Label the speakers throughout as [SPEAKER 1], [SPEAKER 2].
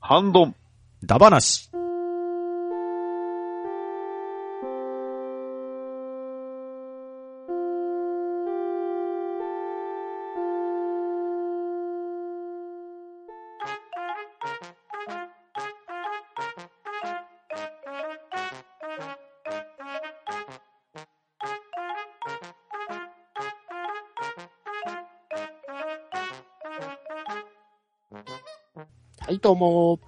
[SPEAKER 1] ハンドン。
[SPEAKER 2] ダバナシ。
[SPEAKER 3] はい、どうも。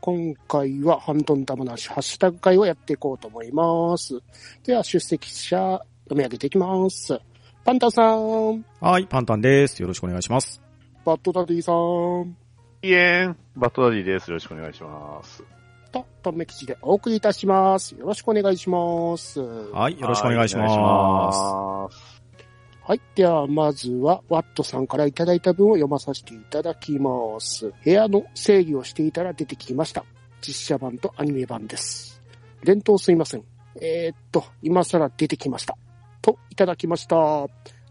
[SPEAKER 3] 今回はハンドンダムなし、ハッシュタグ会をやっていこうと思います。では、出席者、読み上げていきます。パンタさん、
[SPEAKER 2] はい、パンタンです。よろしくお願いします。
[SPEAKER 3] バッドダディさん、
[SPEAKER 1] イエーン。バットダディです。よろしくお願いします。
[SPEAKER 3] と、とめきちでお送りいたします。よろしくお願いします。は
[SPEAKER 2] はい、よろしくお願いします。
[SPEAKER 1] す。
[SPEAKER 3] い、では、まずは、ワットさんからいただいた文を読まさせていただきます。部屋の整理をしていたら出てきました。実写版とアニメ版です。連投すいません。えーっと、今更出てきました。と、いただきました。あ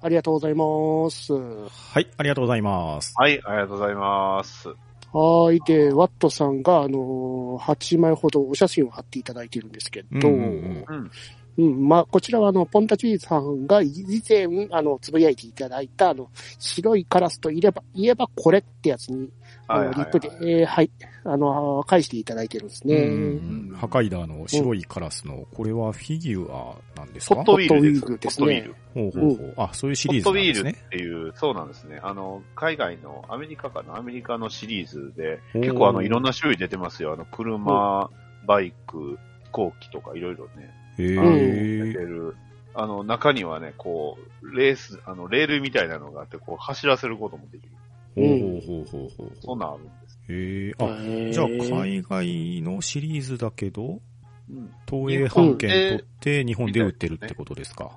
[SPEAKER 3] りがとうございます。
[SPEAKER 2] はい、ありがとうございます。
[SPEAKER 1] はい、ありがとうございます。
[SPEAKER 3] はい。で、ワットさんが、あのー、8枚ほどお写真を貼っていただいているんですけど、
[SPEAKER 2] うんうん
[SPEAKER 1] うん。
[SPEAKER 3] うん、まあ、こちらは、あの、ポンタチーズさんが以前、あの、つぶやいていただいた、あの、白いカラスといれば、言えばこれってやつに、あ
[SPEAKER 1] はい
[SPEAKER 3] の、
[SPEAKER 1] はい
[SPEAKER 3] リ
[SPEAKER 1] はい
[SPEAKER 3] ップで、えーはい、あの、返していただいてるんですね。
[SPEAKER 2] うんうんハカイダーの白いカラスの、これはフィギュアなんですか
[SPEAKER 1] ホットウィールです。
[SPEAKER 3] ホットウィールです
[SPEAKER 1] ホ
[SPEAKER 3] ね
[SPEAKER 1] ットウィール。
[SPEAKER 2] ほうほうほう。あ、そういうシリーズ
[SPEAKER 1] ホ
[SPEAKER 2] な
[SPEAKER 1] ッ
[SPEAKER 2] ん
[SPEAKER 1] トウィ
[SPEAKER 2] で
[SPEAKER 1] ール
[SPEAKER 2] すね
[SPEAKER 1] っ。ていう、そうなんですね。あの、海外の、アメリカかな、アメリカのシリーズで、
[SPEAKER 2] おー
[SPEAKER 1] 結構あの、いろんな種類出てますよ。あの、車、バイク、飛行機とかいろいろね、
[SPEAKER 2] へ
[SPEAKER 1] あ
[SPEAKER 2] ー
[SPEAKER 1] の出てる。あの、中にはね、こう、レース、あの、レールみたいなのがあって、こう、走らせることもできる。
[SPEAKER 2] ほうほうほうほうほ
[SPEAKER 1] そん
[SPEAKER 2] う。
[SPEAKER 1] なんあるんです。
[SPEAKER 2] へえ。
[SPEAKER 3] へ
[SPEAKER 2] あ、
[SPEAKER 3] ー
[SPEAKER 2] じゃあ海外のシリーズだけど、
[SPEAKER 1] うん。
[SPEAKER 2] 東映版権取って日本で売ってるってことですか。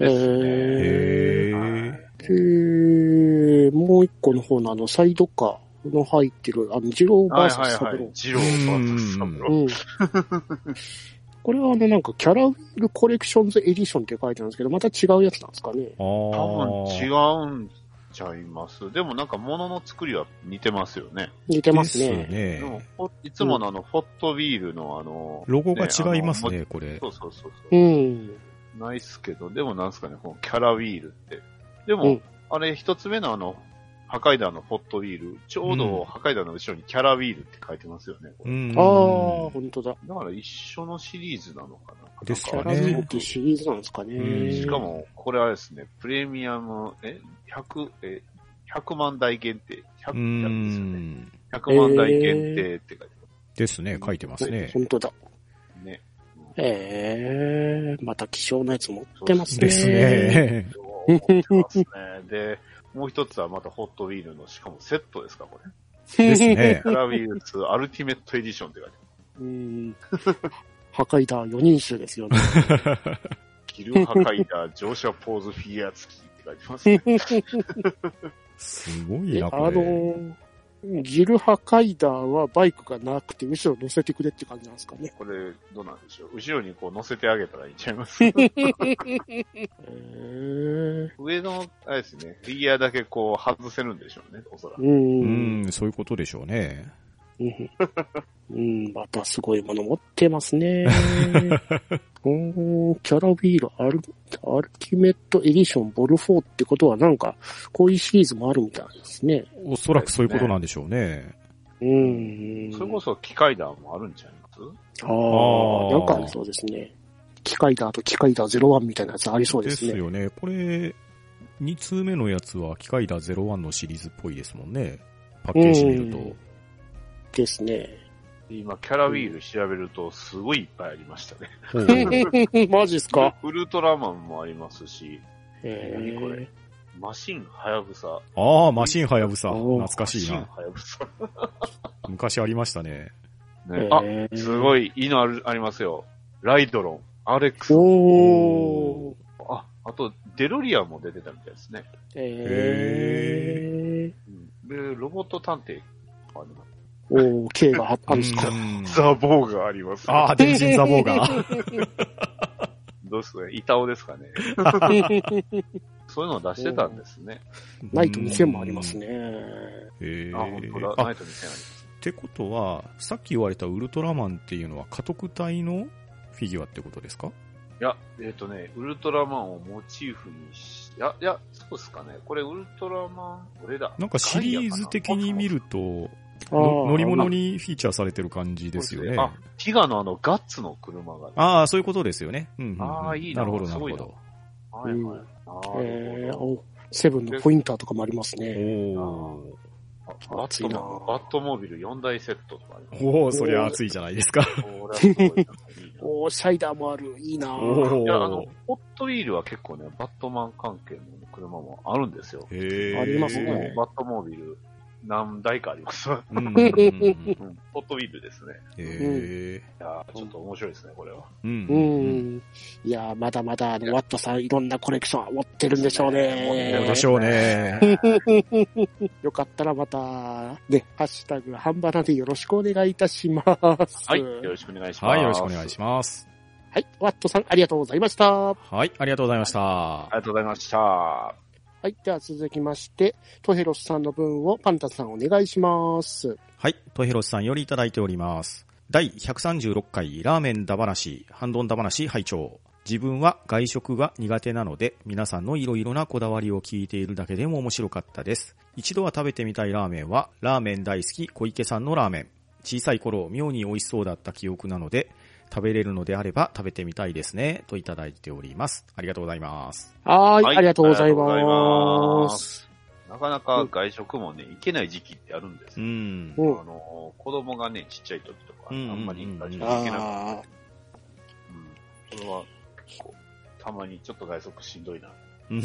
[SPEAKER 3] え
[SPEAKER 2] へ
[SPEAKER 3] ー
[SPEAKER 2] え。
[SPEAKER 3] でもう一個の方の、あの、サイドカーの入ってる、あの、ジロー
[SPEAKER 1] は
[SPEAKER 3] バ
[SPEAKER 1] い
[SPEAKER 3] ーサ
[SPEAKER 1] はい
[SPEAKER 3] スサブ
[SPEAKER 1] は
[SPEAKER 3] ロ
[SPEAKER 1] い。ジローバーサスサブロー。
[SPEAKER 3] ー。うん。これはあの、なんか、キャラウィルコレクションズエディションって書いてあるんですけど、また違うやつなんですかね。
[SPEAKER 2] ああ。
[SPEAKER 1] 多分違うんちゃいます。でもなんか物の作りは似てますよね。
[SPEAKER 3] 似てます
[SPEAKER 2] で
[SPEAKER 3] ね。
[SPEAKER 1] で
[SPEAKER 2] ね。
[SPEAKER 1] もほいつものあの、フォットビールのあの、
[SPEAKER 2] ロゴが違います
[SPEAKER 1] ねあ
[SPEAKER 2] ね、これ。
[SPEAKER 1] の。そうそうそうそう。
[SPEAKER 3] うん。
[SPEAKER 1] ないっすけど、でもなんすかね、このキャラウィールって。でも、
[SPEAKER 3] うん
[SPEAKER 1] あれ一つ目のあの、破壊弾のホットウィール、ちょう
[SPEAKER 2] うん
[SPEAKER 1] ど破壊弾の後ろにキャラウィールって書いてますよね。こ
[SPEAKER 2] う
[SPEAKER 1] れ
[SPEAKER 2] ん。
[SPEAKER 3] ああ、本当だ。
[SPEAKER 1] だから一緒のシリーズなのかな。
[SPEAKER 2] です
[SPEAKER 3] キャ
[SPEAKER 2] か
[SPEAKER 3] ラ
[SPEAKER 2] ね
[SPEAKER 3] ウィルってシリーズなんですかね。
[SPEAKER 2] うん
[SPEAKER 1] しかも、これはですね、プレミアム、え、100、え、100万台限定。
[SPEAKER 2] う
[SPEAKER 1] 100, 100ですよね。
[SPEAKER 2] ん。
[SPEAKER 1] 100万台限定って書いて
[SPEAKER 2] ですね、書いてますね。
[SPEAKER 3] 本当だ。
[SPEAKER 1] ますね。
[SPEAKER 3] ええまた希少なやつ持ってますね。
[SPEAKER 2] ですね。
[SPEAKER 1] そう思ってますね。で、もう一つはまたホットウィールの、しかもセットですか、これ。
[SPEAKER 2] ですね
[SPEAKER 1] キ。ャラウィール2アルティメットエディションって書いてあ
[SPEAKER 3] うん。破壊だ、4人衆ですよね。
[SPEAKER 1] る。ギルハカイダー乗車ポーズフィギュア付きって書いてます ね。
[SPEAKER 2] すごい
[SPEAKER 3] え
[SPEAKER 2] な、
[SPEAKER 3] あ
[SPEAKER 2] これ。
[SPEAKER 3] の、ギルハカイダーはバイクがなくて、むしろ乗せてくれって感じなんですかね。
[SPEAKER 1] これ、どうなんでしょう。後ろにこう乗せてあげたらいいんちゃい ます。
[SPEAKER 3] えー、
[SPEAKER 1] 上の、あれですね、フィギュアだけこう外せるんでしょうね、おそらく。
[SPEAKER 3] う。
[SPEAKER 2] うんん、そういうことでしょうね。
[SPEAKER 3] うん、またすごいもの持ってます ね。うん、キャラビールアル、アルティメットエディションボル4ってことはなんか、こういうシリーズもあるみたいですね。
[SPEAKER 2] おそらくそういうことなんでしょうね。
[SPEAKER 3] うん。
[SPEAKER 1] それこそ機械弾もあるんちゃいます
[SPEAKER 3] ああ、
[SPEAKER 2] あー
[SPEAKER 3] なんかありそうですね。機械だと機械だ01みたいなやつありそうで
[SPEAKER 2] ですす
[SPEAKER 3] ね。
[SPEAKER 2] よね。これ、2通目のやつは、機械だ01のシリーズっぽいですもんね。パッケージ見る
[SPEAKER 3] うん
[SPEAKER 2] と。
[SPEAKER 3] ですね。
[SPEAKER 1] 今、キャラウィール調べると、すごいいっぱいありましたね。
[SPEAKER 2] ほうほう
[SPEAKER 3] マジっすか
[SPEAKER 1] ウルトラマンもありますし、
[SPEAKER 3] え
[SPEAKER 1] 何これマシンハヤブサ。
[SPEAKER 2] ああ、マシンハヤブサ。
[SPEAKER 3] おー
[SPEAKER 2] 懐かしい
[SPEAKER 1] マシン
[SPEAKER 2] な。
[SPEAKER 1] ハヤブサ。
[SPEAKER 2] 昔ありましたね。
[SPEAKER 1] ね、あ、、
[SPEAKER 3] あ
[SPEAKER 1] すご
[SPEAKER 3] い。
[SPEAKER 1] い、いいのある、ありますよ。ライドロン、RX。
[SPEAKER 3] おー。
[SPEAKER 1] あ、あと、デロリアンも出てたみたいですね。
[SPEAKER 3] え
[SPEAKER 1] うん、で、ロボット探偵もありま
[SPEAKER 3] ー。おー、K がはあるんすか
[SPEAKER 2] うん
[SPEAKER 1] す。ザ・ボーがあります。
[SPEAKER 2] ああ、電信ザボーガー。
[SPEAKER 1] どうですかね板尾ですかね。そういうのを出してたんですね。
[SPEAKER 3] ナイト2000もありますね。
[SPEAKER 2] へー。
[SPEAKER 1] あ、本当
[SPEAKER 2] あ
[SPEAKER 1] だ。ナイト2000あります。
[SPEAKER 2] ってことは、さっき言われたウルトラマンっていうのは家督隊のフィギュアってことですか
[SPEAKER 1] いや、えっ、とね、ウルトラマンをモチーフにし、いや、いや、そうっすかね。これウルトラマン、俺だ。
[SPEAKER 2] なんかシリーズ的に見ると、
[SPEAKER 3] あー
[SPEAKER 2] の乗り物にフィーチャーされてる感じですよね。
[SPEAKER 1] あ、ティガのあの、ガッツの車が、
[SPEAKER 2] ああ、そういうことですよね。うんうんうん、
[SPEAKER 1] あーいいな
[SPEAKER 2] なるほど、な
[SPEAKER 1] す
[SPEAKER 2] る
[SPEAKER 1] ごい
[SPEAKER 2] ほ
[SPEAKER 1] な
[SPEAKER 2] ど。
[SPEAKER 1] はいはい。
[SPEAKER 3] え
[SPEAKER 1] な
[SPEAKER 3] ー、
[SPEAKER 1] るほ
[SPEAKER 3] おセブンのポインターとかもありますね。
[SPEAKER 2] おー
[SPEAKER 1] ど。バットマン、バットモービル4台セットとかあります
[SPEAKER 2] おーそりゃ熱いじゃないですか。
[SPEAKER 1] これはすごいない いな
[SPEAKER 3] おーシャイダーもある。いいな
[SPEAKER 2] お
[SPEAKER 3] ぁ
[SPEAKER 1] いや、あの
[SPEAKER 2] ー、
[SPEAKER 1] ホットウィールは結構ね、バットマン関係の車もあるんですよ。
[SPEAKER 2] へー
[SPEAKER 3] あります
[SPEAKER 1] 僕も
[SPEAKER 3] ね
[SPEAKER 1] バットモービル何台かあります。うん
[SPEAKER 2] うんうんうん
[SPEAKER 1] ホットウィールですね。
[SPEAKER 2] へえ。
[SPEAKER 1] いやーちょっと面白いですね、これは。
[SPEAKER 2] うん
[SPEAKER 3] う。ん。いやーまだまだ、あの、ワットさんいろんなコレクション持ってるんでしょう
[SPEAKER 1] 持って
[SPEAKER 2] どう
[SPEAKER 1] ま
[SPEAKER 2] で
[SPEAKER 3] ね。
[SPEAKER 2] しょうね。
[SPEAKER 3] よかったらまた、ね、ハッシュタグ、半ばなでよろしくお願いいたします。
[SPEAKER 1] はい、よろしくお願いします。
[SPEAKER 2] はい、よろしくお願いします。
[SPEAKER 3] はい、ワットさんありがとうございました。
[SPEAKER 2] はい、ありがとうございました
[SPEAKER 1] あり。がとうございました。
[SPEAKER 3] はい。では続きまして、トヘロスさんの分をパンタさんお願いします。
[SPEAKER 2] はい、とひろしさんよりいただいております。第136回ラーメンだ話、ハンドンだ話拝聴。自分は外食が苦手なので、皆さんのいろいろなこだわりを聞いているだけでも面白かったです。一度は食べてみたいラーメンは、ラーメン大好き小池さんのラーメン。小さい頃、妙に美味しそうだった記憶なので、食べれるのであれば食べてみたいですね、といただいております。ありがとうございます。
[SPEAKER 3] はい、
[SPEAKER 1] はい
[SPEAKER 3] ありがとうござ
[SPEAKER 1] あ
[SPEAKER 3] い
[SPEAKER 1] りがとうござい
[SPEAKER 3] ま。
[SPEAKER 1] ますなかなか外食もね、行けない時期ってあるんです
[SPEAKER 2] う
[SPEAKER 1] よ。
[SPEAKER 2] ん。
[SPEAKER 3] うん
[SPEAKER 1] あのー、子供がね、ちっちゃい時とか、あ
[SPEAKER 2] うんうんうん
[SPEAKER 1] んまり外食行けなく
[SPEAKER 3] あ
[SPEAKER 1] て、うんそれは結構、たまにちょっと外食しんどいな。
[SPEAKER 2] うん
[SPEAKER 3] あ、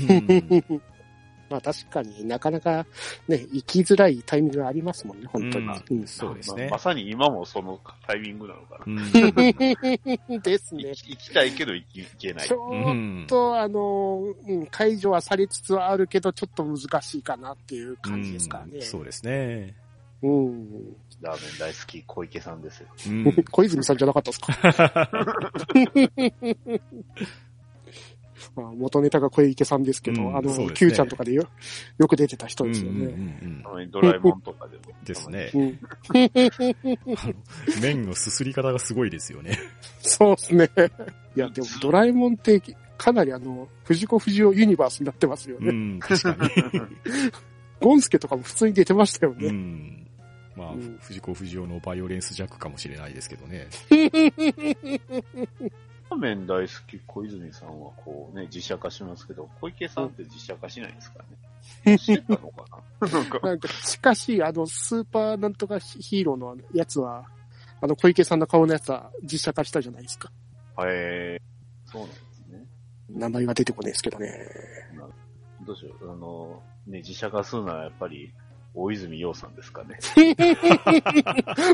[SPEAKER 3] まあ確かになかなかね、行きづらいタイミングがありますもんね、本当に。
[SPEAKER 2] う
[SPEAKER 3] うんん、
[SPEAKER 2] そうですね
[SPEAKER 1] まあまさに今もそのタイミングなのかな。
[SPEAKER 2] うん。
[SPEAKER 3] ですね。
[SPEAKER 1] 行き行きたいけど行き行けない
[SPEAKER 3] ち。ょっと、あの、うん、解除はされつつはあるけど、ちょっと難しいかなっていう感じですからね
[SPEAKER 2] うん。そうですね。
[SPEAKER 3] うん。
[SPEAKER 1] ラーメン大好き小池さんですよ。
[SPEAKER 2] うん
[SPEAKER 3] 小泉さんじゃなかったですか まあ元ネタが小池さんですけど、
[SPEAKER 2] うんそ
[SPEAKER 3] あ
[SPEAKER 2] うです
[SPEAKER 3] の、
[SPEAKER 2] ね
[SPEAKER 3] Q ちゃんとかでよよく出てた人ですよ
[SPEAKER 2] うんう
[SPEAKER 3] ね。
[SPEAKER 2] ん
[SPEAKER 1] たまにドラえもんとかでも。
[SPEAKER 2] うんですね
[SPEAKER 3] う。ん、
[SPEAKER 2] あの麺のすすり方がすごいですよね。
[SPEAKER 3] そうですね。いや、でもドラえもんって、かなりあの、藤子不二雄ユニバースになってますよね。
[SPEAKER 2] うん、確か
[SPEAKER 3] ゴンスケとかも普通に出てましたよ
[SPEAKER 2] に。う
[SPEAKER 3] ね。
[SPEAKER 2] ん。まあ、
[SPEAKER 3] うん
[SPEAKER 2] 藤子不二雄のバイオレンスジャックかもしれないですけどね。
[SPEAKER 1] ラーメン大好き小泉さんはこうね、実写化しますけど、小池さんって実写化しないんですかね。してたのか ななんか、
[SPEAKER 3] なんか、しかし、あの、スーパーなんとかヒーローのやつは、あの、小池さんの顔のやつは実写化したじゃないですか。
[SPEAKER 1] へえそうなんですね。
[SPEAKER 3] 名前が出てこないですけどね。
[SPEAKER 1] どうしよう。あの、ね、自社化するならやっぱり、大泉洋さんですかね。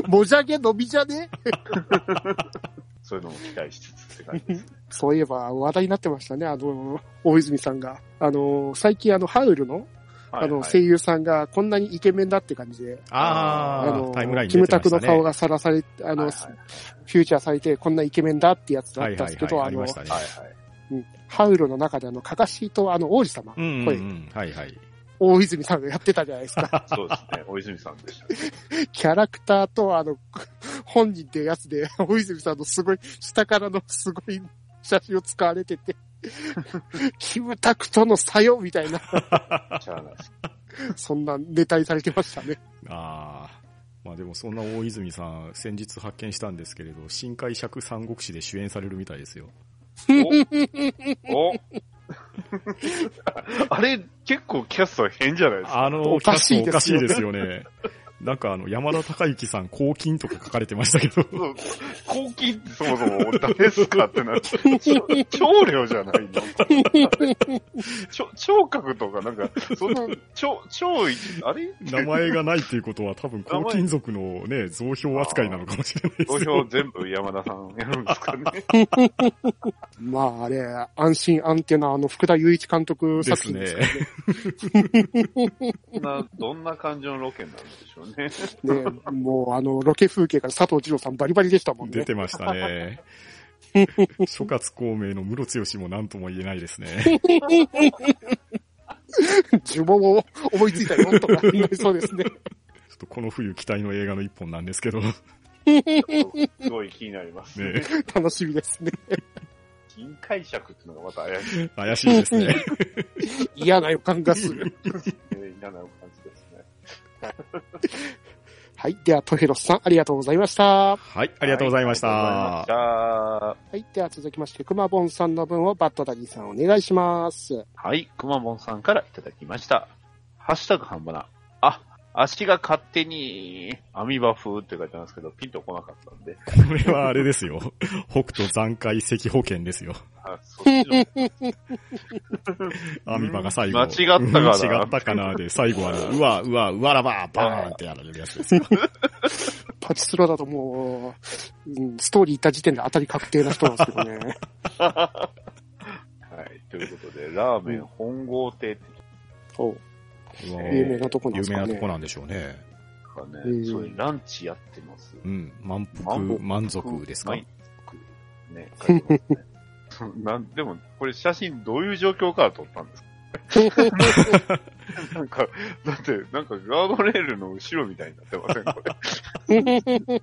[SPEAKER 3] もじゃげ伸びじゃね
[SPEAKER 1] そういうのも期待しつつって感 じですね。
[SPEAKER 3] そういえば話題になってましたね、あの、大泉さんが。あの、最近あの、ハウルの、
[SPEAKER 1] はい
[SPEAKER 3] あの、
[SPEAKER 1] はい
[SPEAKER 3] 声優さんがこんなにイケメンだって感じで、
[SPEAKER 2] あ
[SPEAKER 3] の
[SPEAKER 2] あ、、タイムラインに
[SPEAKER 3] キ
[SPEAKER 2] 出
[SPEAKER 3] ム
[SPEAKER 2] てま
[SPEAKER 3] タク
[SPEAKER 2] した
[SPEAKER 3] の
[SPEAKER 2] ね。
[SPEAKER 3] 顔がさらされ、あの、
[SPEAKER 1] はい
[SPEAKER 3] フ
[SPEAKER 1] はい
[SPEAKER 3] ューチャーされてこんなイケメンだってやつだ
[SPEAKER 2] は
[SPEAKER 3] っ
[SPEAKER 2] い
[SPEAKER 3] たん
[SPEAKER 2] は
[SPEAKER 3] で
[SPEAKER 2] い
[SPEAKER 3] すけ
[SPEAKER 2] はい、
[SPEAKER 3] ど、
[SPEAKER 2] ありま
[SPEAKER 3] の
[SPEAKER 2] し、たね。
[SPEAKER 1] はいはい。
[SPEAKER 3] ハウルの中であの、カカシとあの、王子様、
[SPEAKER 2] うんうんう
[SPEAKER 3] 声
[SPEAKER 2] ん、はいはい。
[SPEAKER 3] 大泉さんがやってたじゃないです か。
[SPEAKER 1] そうですね。大泉さんでしたね。
[SPEAKER 3] キャラクターとあの、本人ってやつで、大泉さんのすごい、下からのすごい写真を使われて て、キムタクとの差よみたいな、
[SPEAKER 1] しゃあ ないです。
[SPEAKER 3] そんなネタにされてましたね。
[SPEAKER 2] ああ。まあでもそんな大泉さん、先日発見したんですけれど、新解釈三国志で主演されるみたいですよ。
[SPEAKER 1] お おあれ、結構キャスト変じゃないですか。
[SPEAKER 2] あの、
[SPEAKER 3] おかし
[SPEAKER 2] キャスト
[SPEAKER 3] い
[SPEAKER 2] お
[SPEAKER 3] で
[SPEAKER 2] か
[SPEAKER 3] す
[SPEAKER 2] しい
[SPEAKER 3] よ
[SPEAKER 2] ですよね。 なんかあの、山田孝之さん、公金とか書かれてましたけど。
[SPEAKER 1] そう公金ってそもそも誰ですかってなって、長領じゃないの超聴覚とかなんか、その、超、超、あれ
[SPEAKER 2] 名前がないっていうことは多分、
[SPEAKER 1] 前
[SPEAKER 2] 高金属のね、増票扱いなのかもしれないです
[SPEAKER 1] 投
[SPEAKER 2] よ。
[SPEAKER 1] 票全部山田さんやるんですかね。
[SPEAKER 3] まああれ、安心安定なあの福田雄一監督
[SPEAKER 2] で
[SPEAKER 3] 作
[SPEAKER 2] すね
[SPEAKER 3] 品で
[SPEAKER 1] ど
[SPEAKER 3] すから。
[SPEAKER 1] んな、どんな感じのロケなんでしょうね。
[SPEAKER 3] ねもうあの、ロケ風景から佐藤二郎さんバリバリでしたもん
[SPEAKER 2] 出
[SPEAKER 3] ね。
[SPEAKER 2] てましたね。諸葛孔明の室強しも何とも言えないですね。
[SPEAKER 3] 呪文を思いついたよとか言いそうですね。
[SPEAKER 2] ちとこの冬期待の映画の一本なんですけど、ね
[SPEAKER 1] すごい気になります。
[SPEAKER 2] え、
[SPEAKER 3] 楽しみですね。
[SPEAKER 1] 金解釈っていうのがまた怪しい、ね、
[SPEAKER 2] 怪しいですね。
[SPEAKER 3] 嫌な予感がする。
[SPEAKER 1] 嫌な感じですね。
[SPEAKER 3] はい。では、トヘロスさん、ありがとうございました。
[SPEAKER 2] はい、ありがとうございました。
[SPEAKER 1] ありがとうございました。
[SPEAKER 3] はい。では続きまして、くまボンさんの分をバットダディさんお願いします。
[SPEAKER 1] はい、くまモンさんからいただきました。ハッシュタグ半ばな。あ、足が勝手に、アミバ風って書いてあるんですけど、ピンとこなかったんで。
[SPEAKER 2] これはあれですよ。北斗残骸石保険ですよ。
[SPEAKER 1] あそっ ちの
[SPEAKER 2] アミバが最後。
[SPEAKER 1] 間違ったかな
[SPEAKER 2] うん違ったかなで、最後あの、うわ、うわ、うわらば、バーンってやられるやつですよ。
[SPEAKER 3] パチスロだともう、うんストーリー行った時点で当たり確定な人なんですけど ね。
[SPEAKER 1] はい、ということで、ラーメン本郷亭って
[SPEAKER 3] そう
[SPEAKER 2] うわ
[SPEAKER 3] 有名なとこなんで
[SPEAKER 2] 有
[SPEAKER 3] す
[SPEAKER 2] 名
[SPEAKER 3] か
[SPEAKER 2] なと
[SPEAKER 3] ね
[SPEAKER 2] こ。なんでしょうね。
[SPEAKER 1] いうかね、
[SPEAKER 3] うん
[SPEAKER 1] そういうランチやってます。
[SPEAKER 2] うん。満腹、満足ですか
[SPEAKER 1] 満足ね、 書いてますねなんでも、これ写真どういう状況から撮ったんですか なんか、だって、なんかガードレールの後ろみたいになってませんこれ。 ちょっと、ち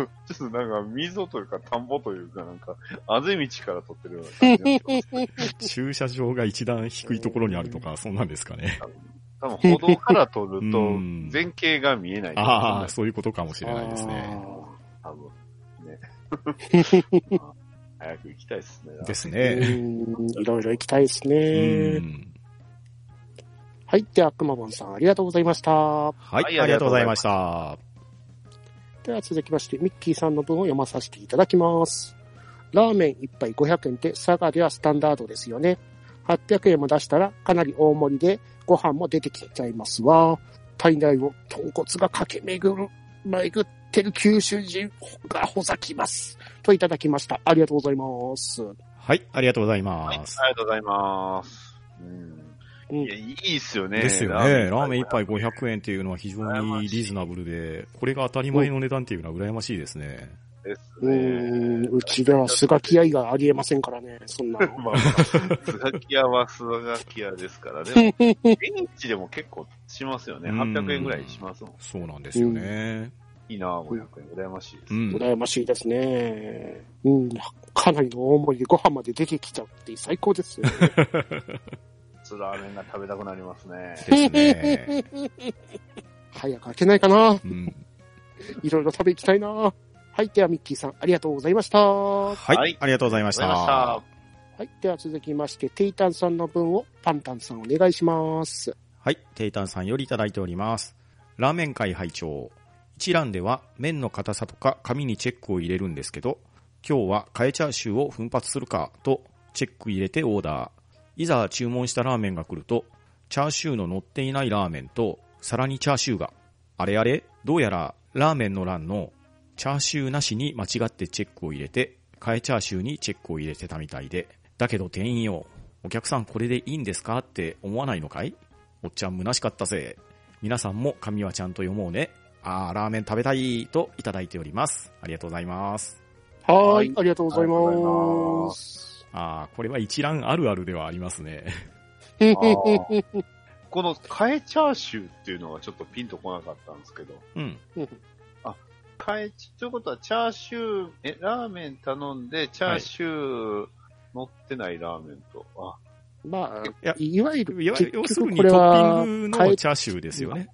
[SPEAKER 1] ょっとなんか溝というか田んぼというかなんか、あぜ道から撮ってるような感じになってます
[SPEAKER 2] 駐車場が一段低いところにあるとか、そんなんですかね。
[SPEAKER 1] 多分歩道から撮ると
[SPEAKER 2] うん
[SPEAKER 1] 前景が見えない。
[SPEAKER 2] ああ、そういうことかもしれないですね。
[SPEAKER 1] 多分ね。早く行きたいですね。
[SPEAKER 2] です
[SPEAKER 3] あ
[SPEAKER 2] ね。
[SPEAKER 3] ー うんいろいろ行きたいです
[SPEAKER 2] う
[SPEAKER 3] ね。
[SPEAKER 2] ん。
[SPEAKER 3] はい。では、くまボンさん、ありがとうございました。
[SPEAKER 2] は、
[SPEAKER 1] はいい
[SPEAKER 2] ありがとうございました。
[SPEAKER 3] では続きまして、ミッキーさんの文を読まさせていただきます。ラーメン1杯500円って佐賀ではスタンダードですよね。800円も出したらかなり大盛りでご飯も出てきちゃいますわ。体内を豚骨が駆け巡る、巡ってる九州人がほざきます。といただきました。ありがとうございます。
[SPEAKER 2] はい、ありがとうござい
[SPEAKER 1] はい、あ
[SPEAKER 2] ます。
[SPEAKER 1] りがとうございます。うん。いや、いいっすよね。
[SPEAKER 2] ですよね。ラーメン一
[SPEAKER 1] 一
[SPEAKER 2] 杯500円っていうのは非常にリーズナブルで、これが当たり前の値段っていうのは羨ましいですね。
[SPEAKER 1] です
[SPEAKER 3] うー
[SPEAKER 1] ね。
[SPEAKER 3] ん、うちではスガキ屋以外ありえませんからね、そんな の。
[SPEAKER 1] まあ、スガキ屋はスガキ屋ですから、 でも、ベンチでも結構しますよね。
[SPEAKER 2] うん
[SPEAKER 1] 800円ぐらいしますもん。
[SPEAKER 2] そうなんですよね。
[SPEAKER 1] いいなぁ、500円。羨ましいです。
[SPEAKER 2] うん。
[SPEAKER 3] 羨ましいですね。うん、かなりの大盛りでご飯まで出てきちゃうって最高ですよ、ね。
[SPEAKER 1] スラーメンが食べたくなりますね。
[SPEAKER 2] ですね。
[SPEAKER 3] 早く開けないかな
[SPEAKER 2] うん。
[SPEAKER 3] いろいろ食べ行きたいなはい、ではミッキーさん、ありがとうございました。は
[SPEAKER 1] は
[SPEAKER 2] はい
[SPEAKER 1] い、
[SPEAKER 2] ありがとうございまし。
[SPEAKER 1] ありがとうございましたた。
[SPEAKER 3] い、では続きまして、テイタンさんの分をパンタンさんお願いします。
[SPEAKER 2] はい、テイタンさんよりいただいております。ラーメン会拝聴一覧では麺の硬さとか紙にチェックを入れるんですけど、今日は替えチャーシューを奮発するかとチェック入れてオーダー。いざ注文したラーメンが来ると、チャーシューの乗っていないラーメンと、さらにチャーシューが。あれあれどうやらラーメンの欄のチャーシューなしに間違ってチェックを入れて、替えチャーシューにチェックを入れてたみたいで。だけど店員よ、お客さんこれでいいんですかって思わないのかいおっちゃん虚しかったぜ。皆さんも紙はちゃんと読もうね。あー、ラーメン食べたいといただいております。ありがとうございます。
[SPEAKER 3] は
[SPEAKER 1] はい
[SPEAKER 3] い、ありがとうござい
[SPEAKER 1] ありがとうござい
[SPEAKER 3] ま。
[SPEAKER 1] ます
[SPEAKER 2] あー、これは一覧あるあるではありますね。
[SPEAKER 1] あーこの替えチャーシューっていうのはちょっとピンとこなかったんですけど、
[SPEAKER 2] うん。
[SPEAKER 1] 替えチ、ということはチャーシュー、え、ラーメン頼んで、チャーシュー乗ってないラーメンと、あ、
[SPEAKER 3] ま
[SPEAKER 2] いや
[SPEAKER 3] あ、いわゆる、
[SPEAKER 2] いわ
[SPEAKER 3] 結
[SPEAKER 2] 要する
[SPEAKER 3] 局
[SPEAKER 2] に
[SPEAKER 3] こ
[SPEAKER 2] ト
[SPEAKER 3] れは
[SPEAKER 2] ッピング
[SPEAKER 3] 変
[SPEAKER 2] の
[SPEAKER 3] え
[SPEAKER 2] チャーシューですよね。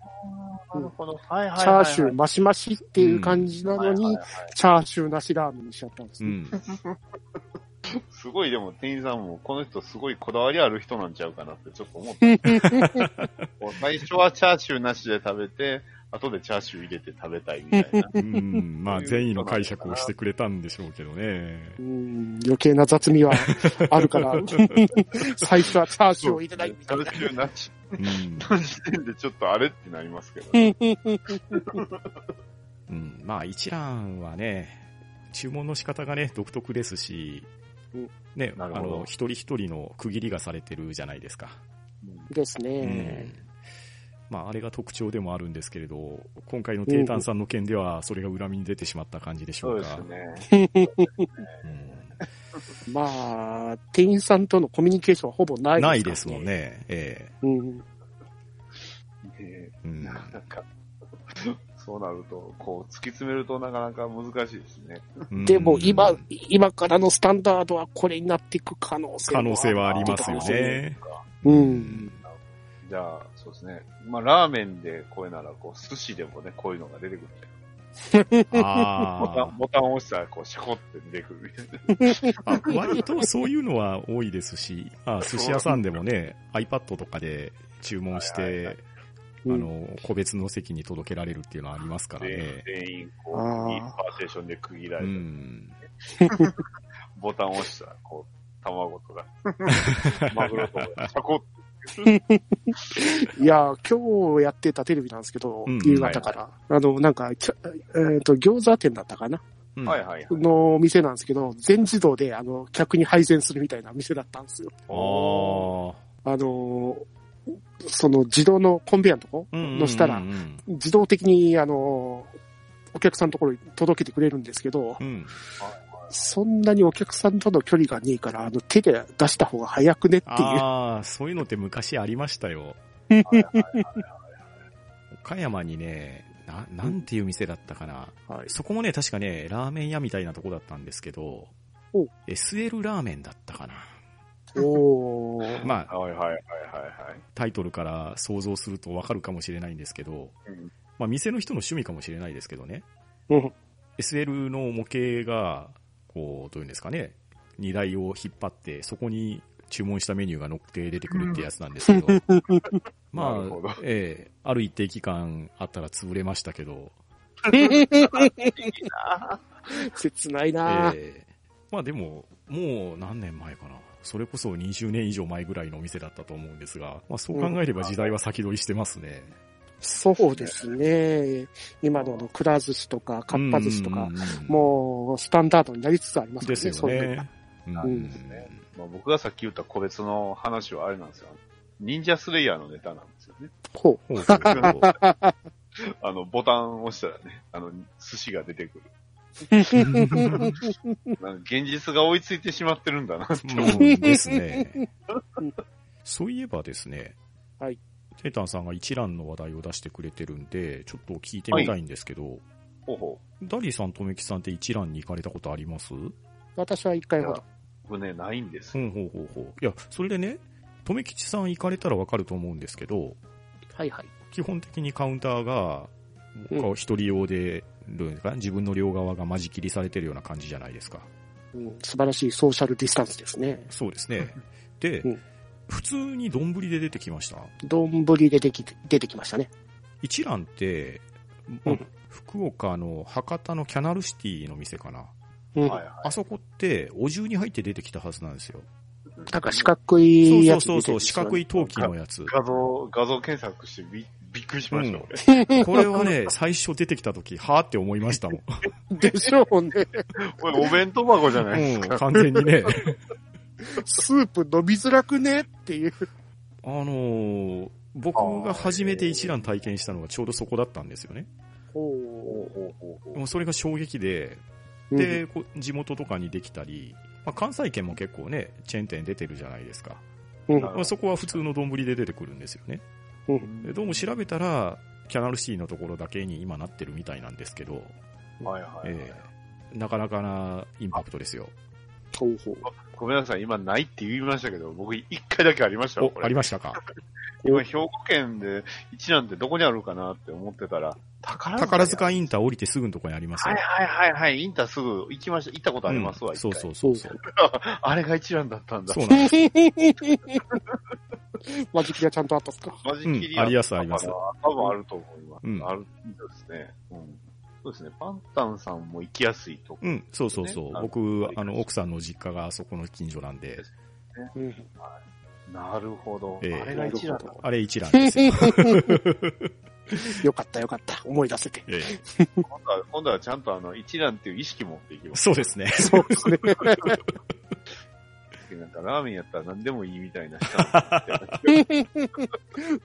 [SPEAKER 1] なるほど。はいはいはい、はい。
[SPEAKER 3] チャーシューマシマシっていう感じなの
[SPEAKER 1] はい
[SPEAKER 3] に
[SPEAKER 1] は、いはい
[SPEAKER 3] チャーシューなしラーメンにしちゃったんです
[SPEAKER 2] う
[SPEAKER 3] ね。
[SPEAKER 2] ん。
[SPEAKER 1] すごいでも店員さんもこの人すごいこだわりある人なんちゃうかなってちょっと思った。こう最初はチャーシューなしで食べて、後でチャーシュー入れて食べたいみたいな。
[SPEAKER 2] うん。まあ、善意の解釈をしてくれたんでしょうけどね。
[SPEAKER 3] うん余計な雑味はあ るから、最初はチャーシューをいただいて、
[SPEAKER 1] チャーシューなし
[SPEAKER 2] うん。
[SPEAKER 1] の時点でちょっとあれってなりますけど、
[SPEAKER 2] うん、まあ一蘭はね、注文の仕方がね、独特ですし
[SPEAKER 3] うん、
[SPEAKER 2] ね、あ
[SPEAKER 1] なるほど
[SPEAKER 2] の、一人一人の区切りがされてるじゃないですか。
[SPEAKER 3] です
[SPEAKER 2] う
[SPEAKER 3] ね
[SPEAKER 2] ん。まああれが特徴でもあるんですけれど、今回の低炭さんの件ではそれが裏目に出てしまった感じでし
[SPEAKER 1] そ
[SPEAKER 2] ょ
[SPEAKER 1] う
[SPEAKER 2] う
[SPEAKER 1] で
[SPEAKER 2] か。
[SPEAKER 1] すね。
[SPEAKER 3] まあ、店員さんとのコミュニケーションはほぼな
[SPEAKER 2] う
[SPEAKER 3] い
[SPEAKER 2] んないですもん
[SPEAKER 3] ね。
[SPEAKER 2] ね。え
[SPEAKER 3] うん、
[SPEAKER 1] ね
[SPEAKER 2] えうん
[SPEAKER 1] なんか、そうなると、こう、突き詰めるとなかなか難しいですね。
[SPEAKER 2] うん
[SPEAKER 3] でも今、今からのスタンダードはこれになっていく可能性
[SPEAKER 2] 可能性はありますよ
[SPEAKER 1] 可能性
[SPEAKER 2] ね。
[SPEAKER 3] うん。
[SPEAKER 1] じゃあ、そうですね。まあ、ラーメンでこれなら、こう、寿司でもね、こういうのが出てくるんで。ボタ
[SPEAKER 2] あ
[SPEAKER 1] ン、ボタンを押したら、こう、シャコって出てくるみたいな。
[SPEAKER 2] あ。割とそういうのは多いですし、あ寿司屋さんでもね、iPad とかで注文し
[SPEAKER 1] はいはいは
[SPEAKER 2] て、あの、個別の席に届けられるっていうのはありますからね。
[SPEAKER 1] 全全員、こ
[SPEAKER 3] あ
[SPEAKER 1] う、
[SPEAKER 3] ー
[SPEAKER 1] いいパーテーションで区切ら
[SPEAKER 2] う
[SPEAKER 1] れて、
[SPEAKER 2] ん。
[SPEAKER 1] ボタンを押したら、こう、卵とか、マグロとか、シャコって。
[SPEAKER 3] いや、今日やってたテレビなんですけど、
[SPEAKER 2] うん
[SPEAKER 3] 夕方から。あの、なんか、ちょえっ、と、餃子店だったかな
[SPEAKER 2] うん
[SPEAKER 1] はいはいはい。
[SPEAKER 3] の店なんですけど、全自動で、あの、客に配膳するみたいな店だったんですよ。
[SPEAKER 2] あー
[SPEAKER 3] あの、その自動のコンベヤのとこ
[SPEAKER 2] うんうんうんうん
[SPEAKER 3] のしたら
[SPEAKER 2] う、ん。
[SPEAKER 3] 自動的に、あの、お客さんのところに届けてくれるんですけど、
[SPEAKER 2] うん。
[SPEAKER 3] そんなにお客さんとの距離がねえから、あの、手で出した方が早くねっていう。
[SPEAKER 2] ああ、そういうのって昔ありましたよ。
[SPEAKER 1] はいはいはい
[SPEAKER 2] 岡山にね、な、なんていう店だったかな。
[SPEAKER 3] はい
[SPEAKER 2] そこもね、確かね、ラーメン屋みたいなとこだったんですけど
[SPEAKER 3] お、
[SPEAKER 2] SL ラーメンだったかな。
[SPEAKER 3] おー。
[SPEAKER 2] まあ、
[SPEAKER 1] はいはいはいはいはい。
[SPEAKER 2] タイトルから想像するとわかるかもしれないんですけど、
[SPEAKER 1] うん
[SPEAKER 2] まあ、店の人の趣味かもしれないですけどね、
[SPEAKER 3] うん。
[SPEAKER 2] SL の模型が、こう、どういうんですかね、荷台を引っ張って、そこに注文したメニューが乗って出てくるってやつなんですけど、
[SPEAKER 1] な
[SPEAKER 2] ま
[SPEAKER 1] るほど
[SPEAKER 2] あ、ええある一定期間あったら潰れましたけど、
[SPEAKER 3] 切ないな、
[SPEAKER 2] ええまあでも、もう何年前かな。それこそ20年以上前ぐらいのお店だったと思うんですが、まあそう考えれば時代は先取りしてますね。
[SPEAKER 3] そうですね。今のあのくら寿司とか、かっぱ寿司とか
[SPEAKER 2] うん、うんうん、
[SPEAKER 3] もうスタンダードになりつつあります
[SPEAKER 2] で
[SPEAKER 3] よ
[SPEAKER 2] す
[SPEAKER 3] ね。
[SPEAKER 2] よ
[SPEAKER 3] そういう
[SPEAKER 2] ね。うん
[SPEAKER 1] な
[SPEAKER 3] る
[SPEAKER 1] んですね。まあ、僕がさっき言った個別の話はあれなんですよ。忍者スレイヤーのネタなんですよね。
[SPEAKER 3] ほ
[SPEAKER 2] ほうほうほう
[SPEAKER 1] あの、ボタンを押したらね、あの、寿司が出てくる。なんか現実が追いついてしまってるんだなって思う。
[SPEAKER 2] うんですね。そういえばですね。
[SPEAKER 3] はい。
[SPEAKER 2] テータンさんが一覧の話題を出してくれてるんで、ちょっと聞いてみたいんですけど、
[SPEAKER 1] ほうほ
[SPEAKER 2] ダリーさんとめきさんって一覧に行かれたことあります
[SPEAKER 3] う。私は一回ほど。
[SPEAKER 1] う。僕ね、ないんです
[SPEAKER 2] う
[SPEAKER 1] よ。
[SPEAKER 2] ん、ほうほうほう。いや、それでね、とめきちさん行かれたらわかると思うんですけど、
[SPEAKER 3] はいはい。
[SPEAKER 2] 基本的にカウンターが、
[SPEAKER 3] うん
[SPEAKER 2] こう一人用で、どういうのかな自分の両側が間仕切りされてるような感じじゃないですか。
[SPEAKER 3] うん、素晴らしいソーシャルディスタンスですね。
[SPEAKER 2] そうです ね。で、
[SPEAKER 3] うん
[SPEAKER 2] 普通に丼で出てきました。
[SPEAKER 3] 丼で出てき、出てきましたね。
[SPEAKER 2] 一蘭って、まあ
[SPEAKER 3] うん
[SPEAKER 2] 福岡の博多のキャナルシティの店かな。
[SPEAKER 3] うん。
[SPEAKER 1] はいは
[SPEAKER 2] あそこって、お重に入って出てきたはずなんですよ。
[SPEAKER 1] い。
[SPEAKER 3] なんか四角い
[SPEAKER 2] そ
[SPEAKER 3] や
[SPEAKER 2] う
[SPEAKER 3] つ
[SPEAKER 2] そうそう、四角
[SPEAKER 3] い。
[SPEAKER 2] い陶器のやつ。
[SPEAKER 1] 画像、画像検索してびびっくりしました、
[SPEAKER 2] うん
[SPEAKER 1] 俺。
[SPEAKER 2] これはね、最初出てきた時、はーって思いましたもん。
[SPEAKER 3] でしょうね。
[SPEAKER 1] これお弁当箱じゃないです
[SPEAKER 2] うん、
[SPEAKER 1] か。
[SPEAKER 2] 完全にね。
[SPEAKER 3] スープ飲みづらくねっていう。
[SPEAKER 2] あのー僕が初めて一蘭体験したのがちょうどそこだったんですよね。
[SPEAKER 1] ほう
[SPEAKER 3] ほ
[SPEAKER 1] ほうほうほ
[SPEAKER 2] もうそれが衝撃で、
[SPEAKER 3] う。
[SPEAKER 2] で、こう地元とかにできたり、まあ、関西圏も結構ね、チェーン店出てるじゃないですか。
[SPEAKER 3] うん、
[SPEAKER 2] まあ、そこは普通の丼で出てくるんですよね。
[SPEAKER 3] うん。
[SPEAKER 2] でどうも調べたら、キャナルシーのところだけに今なってるみたいなんですけど、
[SPEAKER 1] う。はいはい、はい
[SPEAKER 2] ええなかなかなインパクトですよ。
[SPEAKER 3] ほうほう。
[SPEAKER 1] ごめんなさい、今ないって言いましたけど、僕一回だけありましたよ、
[SPEAKER 2] お
[SPEAKER 1] こ、れ。
[SPEAKER 2] ありましたか
[SPEAKER 1] 今、兵庫県で一覧ってどこにあるかなって思ってたら、宝塚。
[SPEAKER 2] 宝塚インター降りてすぐのところにあります
[SPEAKER 1] はい
[SPEAKER 2] よ。
[SPEAKER 1] はいはいはい、インターすぐ行きました、行ったことありますわ、
[SPEAKER 2] うん
[SPEAKER 1] 一
[SPEAKER 2] そ
[SPEAKER 1] 回
[SPEAKER 2] うそうそうそう。
[SPEAKER 1] あれが一覧だったんだ。
[SPEAKER 2] そうなんです。
[SPEAKER 3] マジキがちゃんとあったっすか
[SPEAKER 1] マジキリ
[SPEAKER 2] うんありますあります
[SPEAKER 1] 多分あると思います。
[SPEAKER 2] うん
[SPEAKER 1] あるんですね、うん。そうですね、パンタンさんも行きやすいとこ。
[SPEAKER 2] うん、そうそうそう。
[SPEAKER 1] ね
[SPEAKER 2] 僕、あの、奥さんの実家があそこの近所なんで、
[SPEAKER 3] うん。
[SPEAKER 1] なるほど。
[SPEAKER 2] ええ
[SPEAKER 1] あれが一覧だった。
[SPEAKER 2] あれ一覧ですよ。
[SPEAKER 3] よかったよかった。思い出せて。
[SPEAKER 2] ええ
[SPEAKER 1] 今度は、今度はちゃんとあの、一覧っていう意識持っていきます。
[SPEAKER 2] そうですね。
[SPEAKER 3] そうですね。
[SPEAKER 1] なんかラーメンやったら何でもいいみたいな人なんで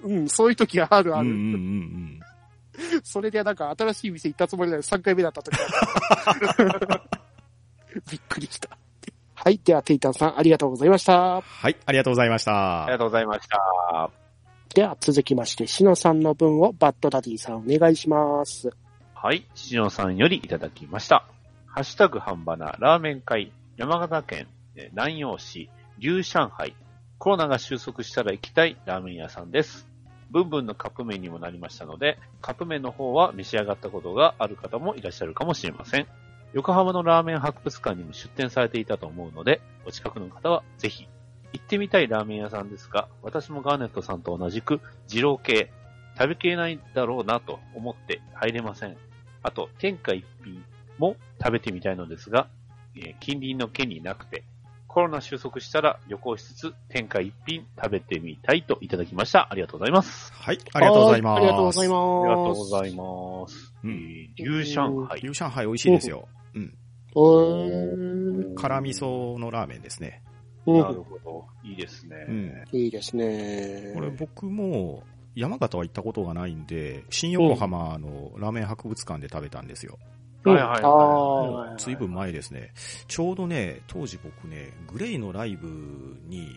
[SPEAKER 3] うん、そういう時ある
[SPEAKER 2] うん
[SPEAKER 3] あ
[SPEAKER 2] うんうん
[SPEAKER 3] る。
[SPEAKER 2] うん。
[SPEAKER 3] それでなんか新しい店行ったつもりだよ。3回目だった 時だった。びっくりした。はい。では、テイタンさん、ありがとうございました。
[SPEAKER 2] はい、ありがとうございました
[SPEAKER 1] あり。がとうございました。
[SPEAKER 3] では続きまして、しのさんの分をバッドダディさんお願いします。
[SPEAKER 1] はい、しのさんよりいただきました。ハッシュタグ半ばなラーメン会、山形県、えー南陽市、龍上海、コロナが収束したら行きたいラーメン屋さんです。ブンブンのカップ麺にもなりましたので、カップ麺の方は召し上がったことがある方もいらっしゃるかもしれません。横浜のラーメン博物館にも出店されていたと思うので、お近くの方はぜひ。行ってみたいラーメン屋さんですが、私もガーネットさんと同じく、二郎系、食べきれないだろうなと思って入れません。あと、天下一品も食べてみたいのですが、えー近隣の県になくて、コロナ収束したら旅行しつつ、天下一品食べてみたいといただきました。ありがとうございます。
[SPEAKER 2] はい、ありがとうございます。
[SPEAKER 3] はありがとうござ
[SPEAKER 2] す。
[SPEAKER 3] い
[SPEAKER 1] あ
[SPEAKER 3] ます。
[SPEAKER 1] りがとうございます。
[SPEAKER 2] うん
[SPEAKER 1] えー、牛上海。
[SPEAKER 2] 牛上海美味しいですよ。
[SPEAKER 3] う
[SPEAKER 2] 辛味噌のラーメンですね。
[SPEAKER 3] ーん
[SPEAKER 1] なるほど。いいですね。
[SPEAKER 2] うん。
[SPEAKER 3] いいですね。
[SPEAKER 2] これ僕も山形は行ったことがないんで、新横浜のラーメン博物館で食べたんですよ。
[SPEAKER 1] はいはいはい
[SPEAKER 3] うん
[SPEAKER 1] はい
[SPEAKER 3] あー
[SPEAKER 2] ずいぶん前ですね。ちょうどね、当時僕ね、グレイのライブに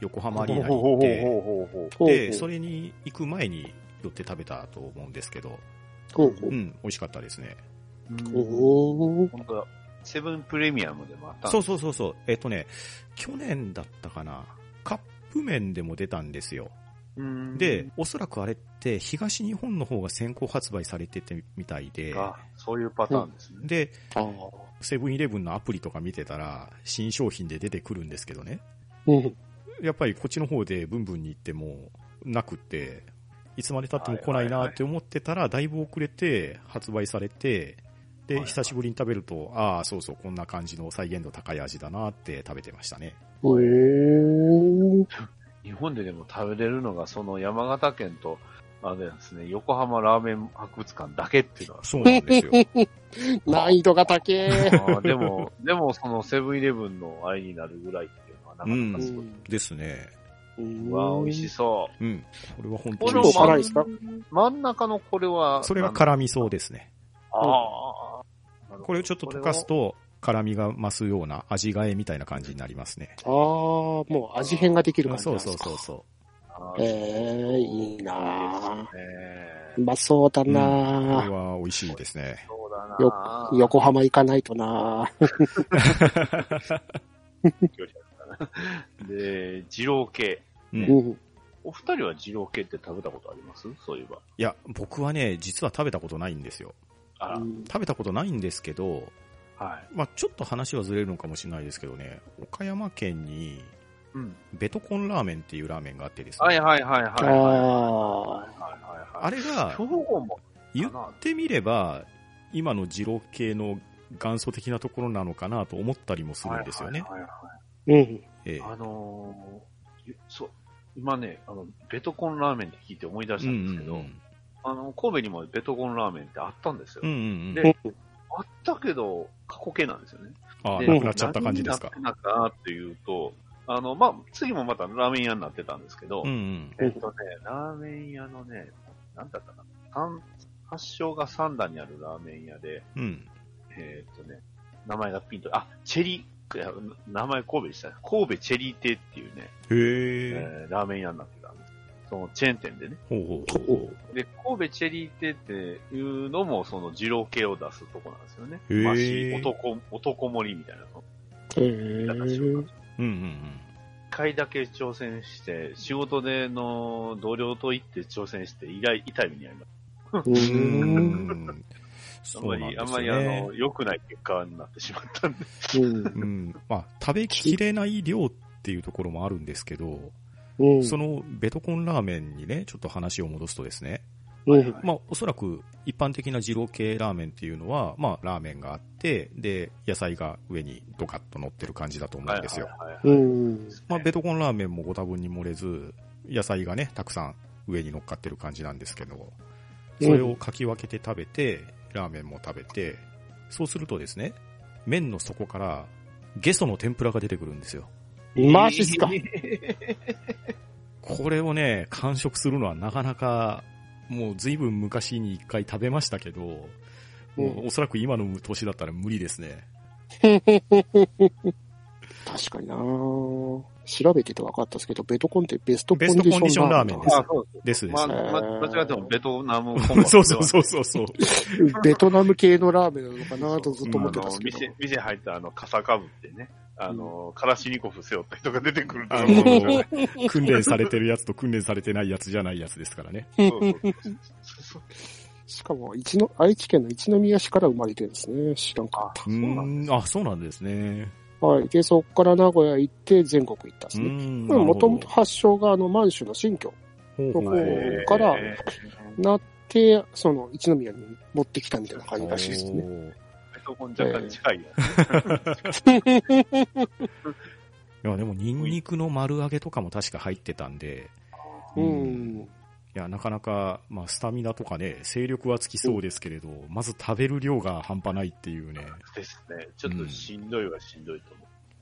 [SPEAKER 2] 横浜アリーナに行って、
[SPEAKER 1] ほうほうほうほうほう
[SPEAKER 3] ほうほう
[SPEAKER 2] で、それに行く前に寄って食べたと思うんですけど、
[SPEAKER 3] ほうほ
[SPEAKER 2] う、
[SPEAKER 3] うん
[SPEAKER 2] 美味しかったですね。
[SPEAKER 1] うん
[SPEAKER 3] おー
[SPEAKER 1] 本当だ。セブンプレミアムでもあった。
[SPEAKER 2] そううそうそうそう。えっとね、去年だったかな。カップ麺でも出たんですよ。
[SPEAKER 1] うん
[SPEAKER 2] で、、おそらくあれって東日本の方が先行発売されててみたいで、
[SPEAKER 1] あ、そういうパターンですね。
[SPEAKER 2] で、
[SPEAKER 3] あー
[SPEAKER 2] セブンイレブンのアプリとか見てたら、新商品で出てくるんですけどね。
[SPEAKER 3] うん
[SPEAKER 2] やっぱりこっちの方でブンブンに行っても、なくって、いつまで経っても来ないなって思ってたら、だいぶ遅れて発売されて、
[SPEAKER 1] はい
[SPEAKER 2] で、
[SPEAKER 1] はい
[SPEAKER 2] 久しぶりに食べると、ああ、そうそう、こんな感じの再現度高い味だなって食べてましたね。
[SPEAKER 3] へー
[SPEAKER 1] 日本ででも食べれるのが、その山形県と、あれですね、横浜ラーメン博物館だけっていうのは、
[SPEAKER 2] そうなんですよ。
[SPEAKER 3] 難易度が高え。
[SPEAKER 1] あーでも、でもそのセブンイレブンの愛になるぐらいっていうのはなかなかすごい。
[SPEAKER 2] ですね。
[SPEAKER 1] うわー美味し
[SPEAKER 3] そ
[SPEAKER 1] そ
[SPEAKER 2] うん。これは本
[SPEAKER 1] う。
[SPEAKER 2] 当
[SPEAKER 3] れ
[SPEAKER 2] に美
[SPEAKER 3] も
[SPEAKER 2] 味しい
[SPEAKER 3] 辛いですか
[SPEAKER 1] 真ん中のこれは、
[SPEAKER 2] それが
[SPEAKER 1] なんだ
[SPEAKER 2] 辛味噌ですね。
[SPEAKER 1] ああ。
[SPEAKER 2] これをちょっと溶かす
[SPEAKER 1] と。
[SPEAKER 2] と、辛味が増すような味替えみたいな感じになりますね。
[SPEAKER 3] ああ、もう味変ができる感じ
[SPEAKER 2] そ
[SPEAKER 3] な
[SPEAKER 2] う
[SPEAKER 3] んです
[SPEAKER 2] そ
[SPEAKER 3] か。
[SPEAKER 2] うそうそう。
[SPEAKER 1] あー
[SPEAKER 3] ええいいなぁ。
[SPEAKER 1] ねえ
[SPEAKER 3] うまそうだ
[SPEAKER 2] これ
[SPEAKER 3] なぁ。
[SPEAKER 2] は美味しいですね。
[SPEAKER 1] そうだな
[SPEAKER 3] よ横浜行かないとなぁ。
[SPEAKER 1] で、二郎系。
[SPEAKER 2] うん。
[SPEAKER 3] う
[SPEAKER 2] い
[SPEAKER 3] ん。
[SPEAKER 1] お二人は二郎系って食べたことありますそういえば。
[SPEAKER 2] や、僕はね、実は食べたことないんですよ。
[SPEAKER 1] あら、
[SPEAKER 2] 食べたことないんですけど、
[SPEAKER 1] はい。
[SPEAKER 2] まあちょっと話はずれるのかもしれないですけどね、岡山県に、
[SPEAKER 1] うん。
[SPEAKER 2] ベトコンラーメンっていうラーメンがあってですね。
[SPEAKER 1] はいはいはいはいは
[SPEAKER 3] あ
[SPEAKER 1] い。はい
[SPEAKER 3] あ
[SPEAKER 1] はいはい。
[SPEAKER 2] あれが
[SPEAKER 1] 兵、庫も
[SPEAKER 2] 言
[SPEAKER 1] か
[SPEAKER 2] っ
[SPEAKER 1] な。
[SPEAKER 2] てみれば、今の二郎系の元祖的なところなのかなと思ったりもするんですよね。
[SPEAKER 1] はいはいはい
[SPEAKER 3] ー。うん。
[SPEAKER 2] ええ
[SPEAKER 1] はいあのー、そう、今ね、あの、ベトコンラーメンって聞いて思い出したんですけど、
[SPEAKER 2] うん
[SPEAKER 1] あの、神戸にもベトコンラーメンってあったんですよ。
[SPEAKER 2] うんうん
[SPEAKER 1] で
[SPEAKER 2] うん。
[SPEAKER 1] あったけど、過去形なんですよね。
[SPEAKER 2] ああ、
[SPEAKER 1] で
[SPEAKER 2] なくなっちゃった感じですか。
[SPEAKER 1] 何になったかっていうと、あの、まあ、次もまたラーメン屋になってたんですけど、
[SPEAKER 2] うんうん。
[SPEAKER 1] えっとね、ラーメン屋のね、なんだったかな、三発祥が三段にあるラーメン屋で、
[SPEAKER 2] うん。
[SPEAKER 1] えーっとね、名前がピンと、あ、チェリー、いや名前神戸でしたね。神戸チェリー亭っていうね、
[SPEAKER 2] へ
[SPEAKER 1] え
[SPEAKER 2] え。
[SPEAKER 1] ーラーメン屋になってたんです。そのチェーン店でね。
[SPEAKER 2] ほうほうほうほ
[SPEAKER 1] で、神戸チェリー亭っていうのも、その二郎系を出すとこなんですよね。
[SPEAKER 2] へー
[SPEAKER 1] まあし男、男盛りみたいなの。
[SPEAKER 3] えー
[SPEAKER 2] う。うんうん
[SPEAKER 1] 一回だけ挑戦して、仕事での同僚と行って挑戦して、以来、痛い目に遭いました
[SPEAKER 3] う
[SPEAKER 2] うん。
[SPEAKER 3] ん。
[SPEAKER 2] ん。
[SPEAKER 1] あん
[SPEAKER 2] そ
[SPEAKER 1] ま
[SPEAKER 2] うなん
[SPEAKER 1] り、
[SPEAKER 2] で
[SPEAKER 1] あん
[SPEAKER 2] す
[SPEAKER 1] まり
[SPEAKER 2] よ
[SPEAKER 1] あ
[SPEAKER 2] ね
[SPEAKER 1] の、。良くない結果になってしまったんで。
[SPEAKER 3] うん
[SPEAKER 2] うん。まあ、食べきれない量っていうところもあるんですけど、
[SPEAKER 3] うん。
[SPEAKER 2] そのベトコンラーメンにね、ちょっと話を戻すとですね、
[SPEAKER 3] うん。
[SPEAKER 2] まあ、おそらく一般的な二郎系ラーメンっていうのは、まあ、ラーメンがあって、で、野菜が上にドカッと乗ってる感じだと思うんですよ。
[SPEAKER 1] はいはいはい
[SPEAKER 3] うん。
[SPEAKER 2] まあ、ベトコンラーメンもご多分に漏れず、野菜がね、たくさん上に乗っかってる感じなんですけど、それをかき分けて食べて、ラーメンも食べて、そうするとですね、麺の底から、ゲソの天ぷらが出てくるんですよ。
[SPEAKER 3] マジっすか。
[SPEAKER 2] これをね、完食するのはなかなか、もう随分昔に一回食べましたけど、もう
[SPEAKER 3] うん
[SPEAKER 2] おそらく今の年だったら無理ですね。
[SPEAKER 3] 確かにな調べてて分かったですけど、ベトコンってベストコ
[SPEAKER 2] ベ
[SPEAKER 3] ンディ
[SPEAKER 2] ストコンディ
[SPEAKER 3] シ
[SPEAKER 2] シ
[SPEAKER 3] ョ
[SPEAKER 2] ョ
[SPEAKER 3] ン
[SPEAKER 2] ン
[SPEAKER 3] ラ
[SPEAKER 2] ラ
[SPEAKER 3] ー
[SPEAKER 2] ー
[SPEAKER 3] メ
[SPEAKER 2] メ
[SPEAKER 3] ン
[SPEAKER 2] ンで
[SPEAKER 3] だ
[SPEAKER 2] す
[SPEAKER 1] あ、そうです。
[SPEAKER 2] ですです
[SPEAKER 1] まあ、
[SPEAKER 3] ね
[SPEAKER 1] ま間違ってもベトナムコンバ
[SPEAKER 2] そうそうそうそうそう。
[SPEAKER 3] ベトナム系のラーメンなのかなとずっと
[SPEAKER 1] あ
[SPEAKER 3] 思ってたんで
[SPEAKER 1] の
[SPEAKER 3] す、けど。
[SPEAKER 1] 店、店入ったあの、傘かぶってね、あの、カラシニコフ背負った人が出てくると
[SPEAKER 2] あ
[SPEAKER 1] こ
[SPEAKER 2] の
[SPEAKER 1] ろも面白い
[SPEAKER 2] ー、訓練されてるやつと訓練されてないやつじゃないやつですからね。
[SPEAKER 1] そうそう
[SPEAKER 3] しかも、一の、愛知県の一宮市から生まれてるんですね。知らんかっ
[SPEAKER 2] うーん、あ、そうなんですね。
[SPEAKER 3] た。はい。で、そこから名古屋行って全国行ったんで
[SPEAKER 2] う
[SPEAKER 3] す
[SPEAKER 2] ー
[SPEAKER 3] ね。
[SPEAKER 2] ん。
[SPEAKER 3] もとも
[SPEAKER 2] なる
[SPEAKER 3] と発祥があの満州の新居
[SPEAKER 2] ほど
[SPEAKER 3] とこ
[SPEAKER 2] ほうほう
[SPEAKER 1] へー
[SPEAKER 3] からなって、その一宮に持ってきたみたいな感じらしいですね。
[SPEAKER 2] おー
[SPEAKER 1] パソコン若干近いや
[SPEAKER 2] いや、でも、ニンニクの丸揚げとかも確か入ってたんで、
[SPEAKER 3] う
[SPEAKER 2] い
[SPEAKER 3] ん。
[SPEAKER 2] や、なかなか、まあ、スタミナとかね、精力はつきそうですけれど、まず食べる量が半端ないっていうね。
[SPEAKER 1] つですね。ちょっとしんどいはしんどいと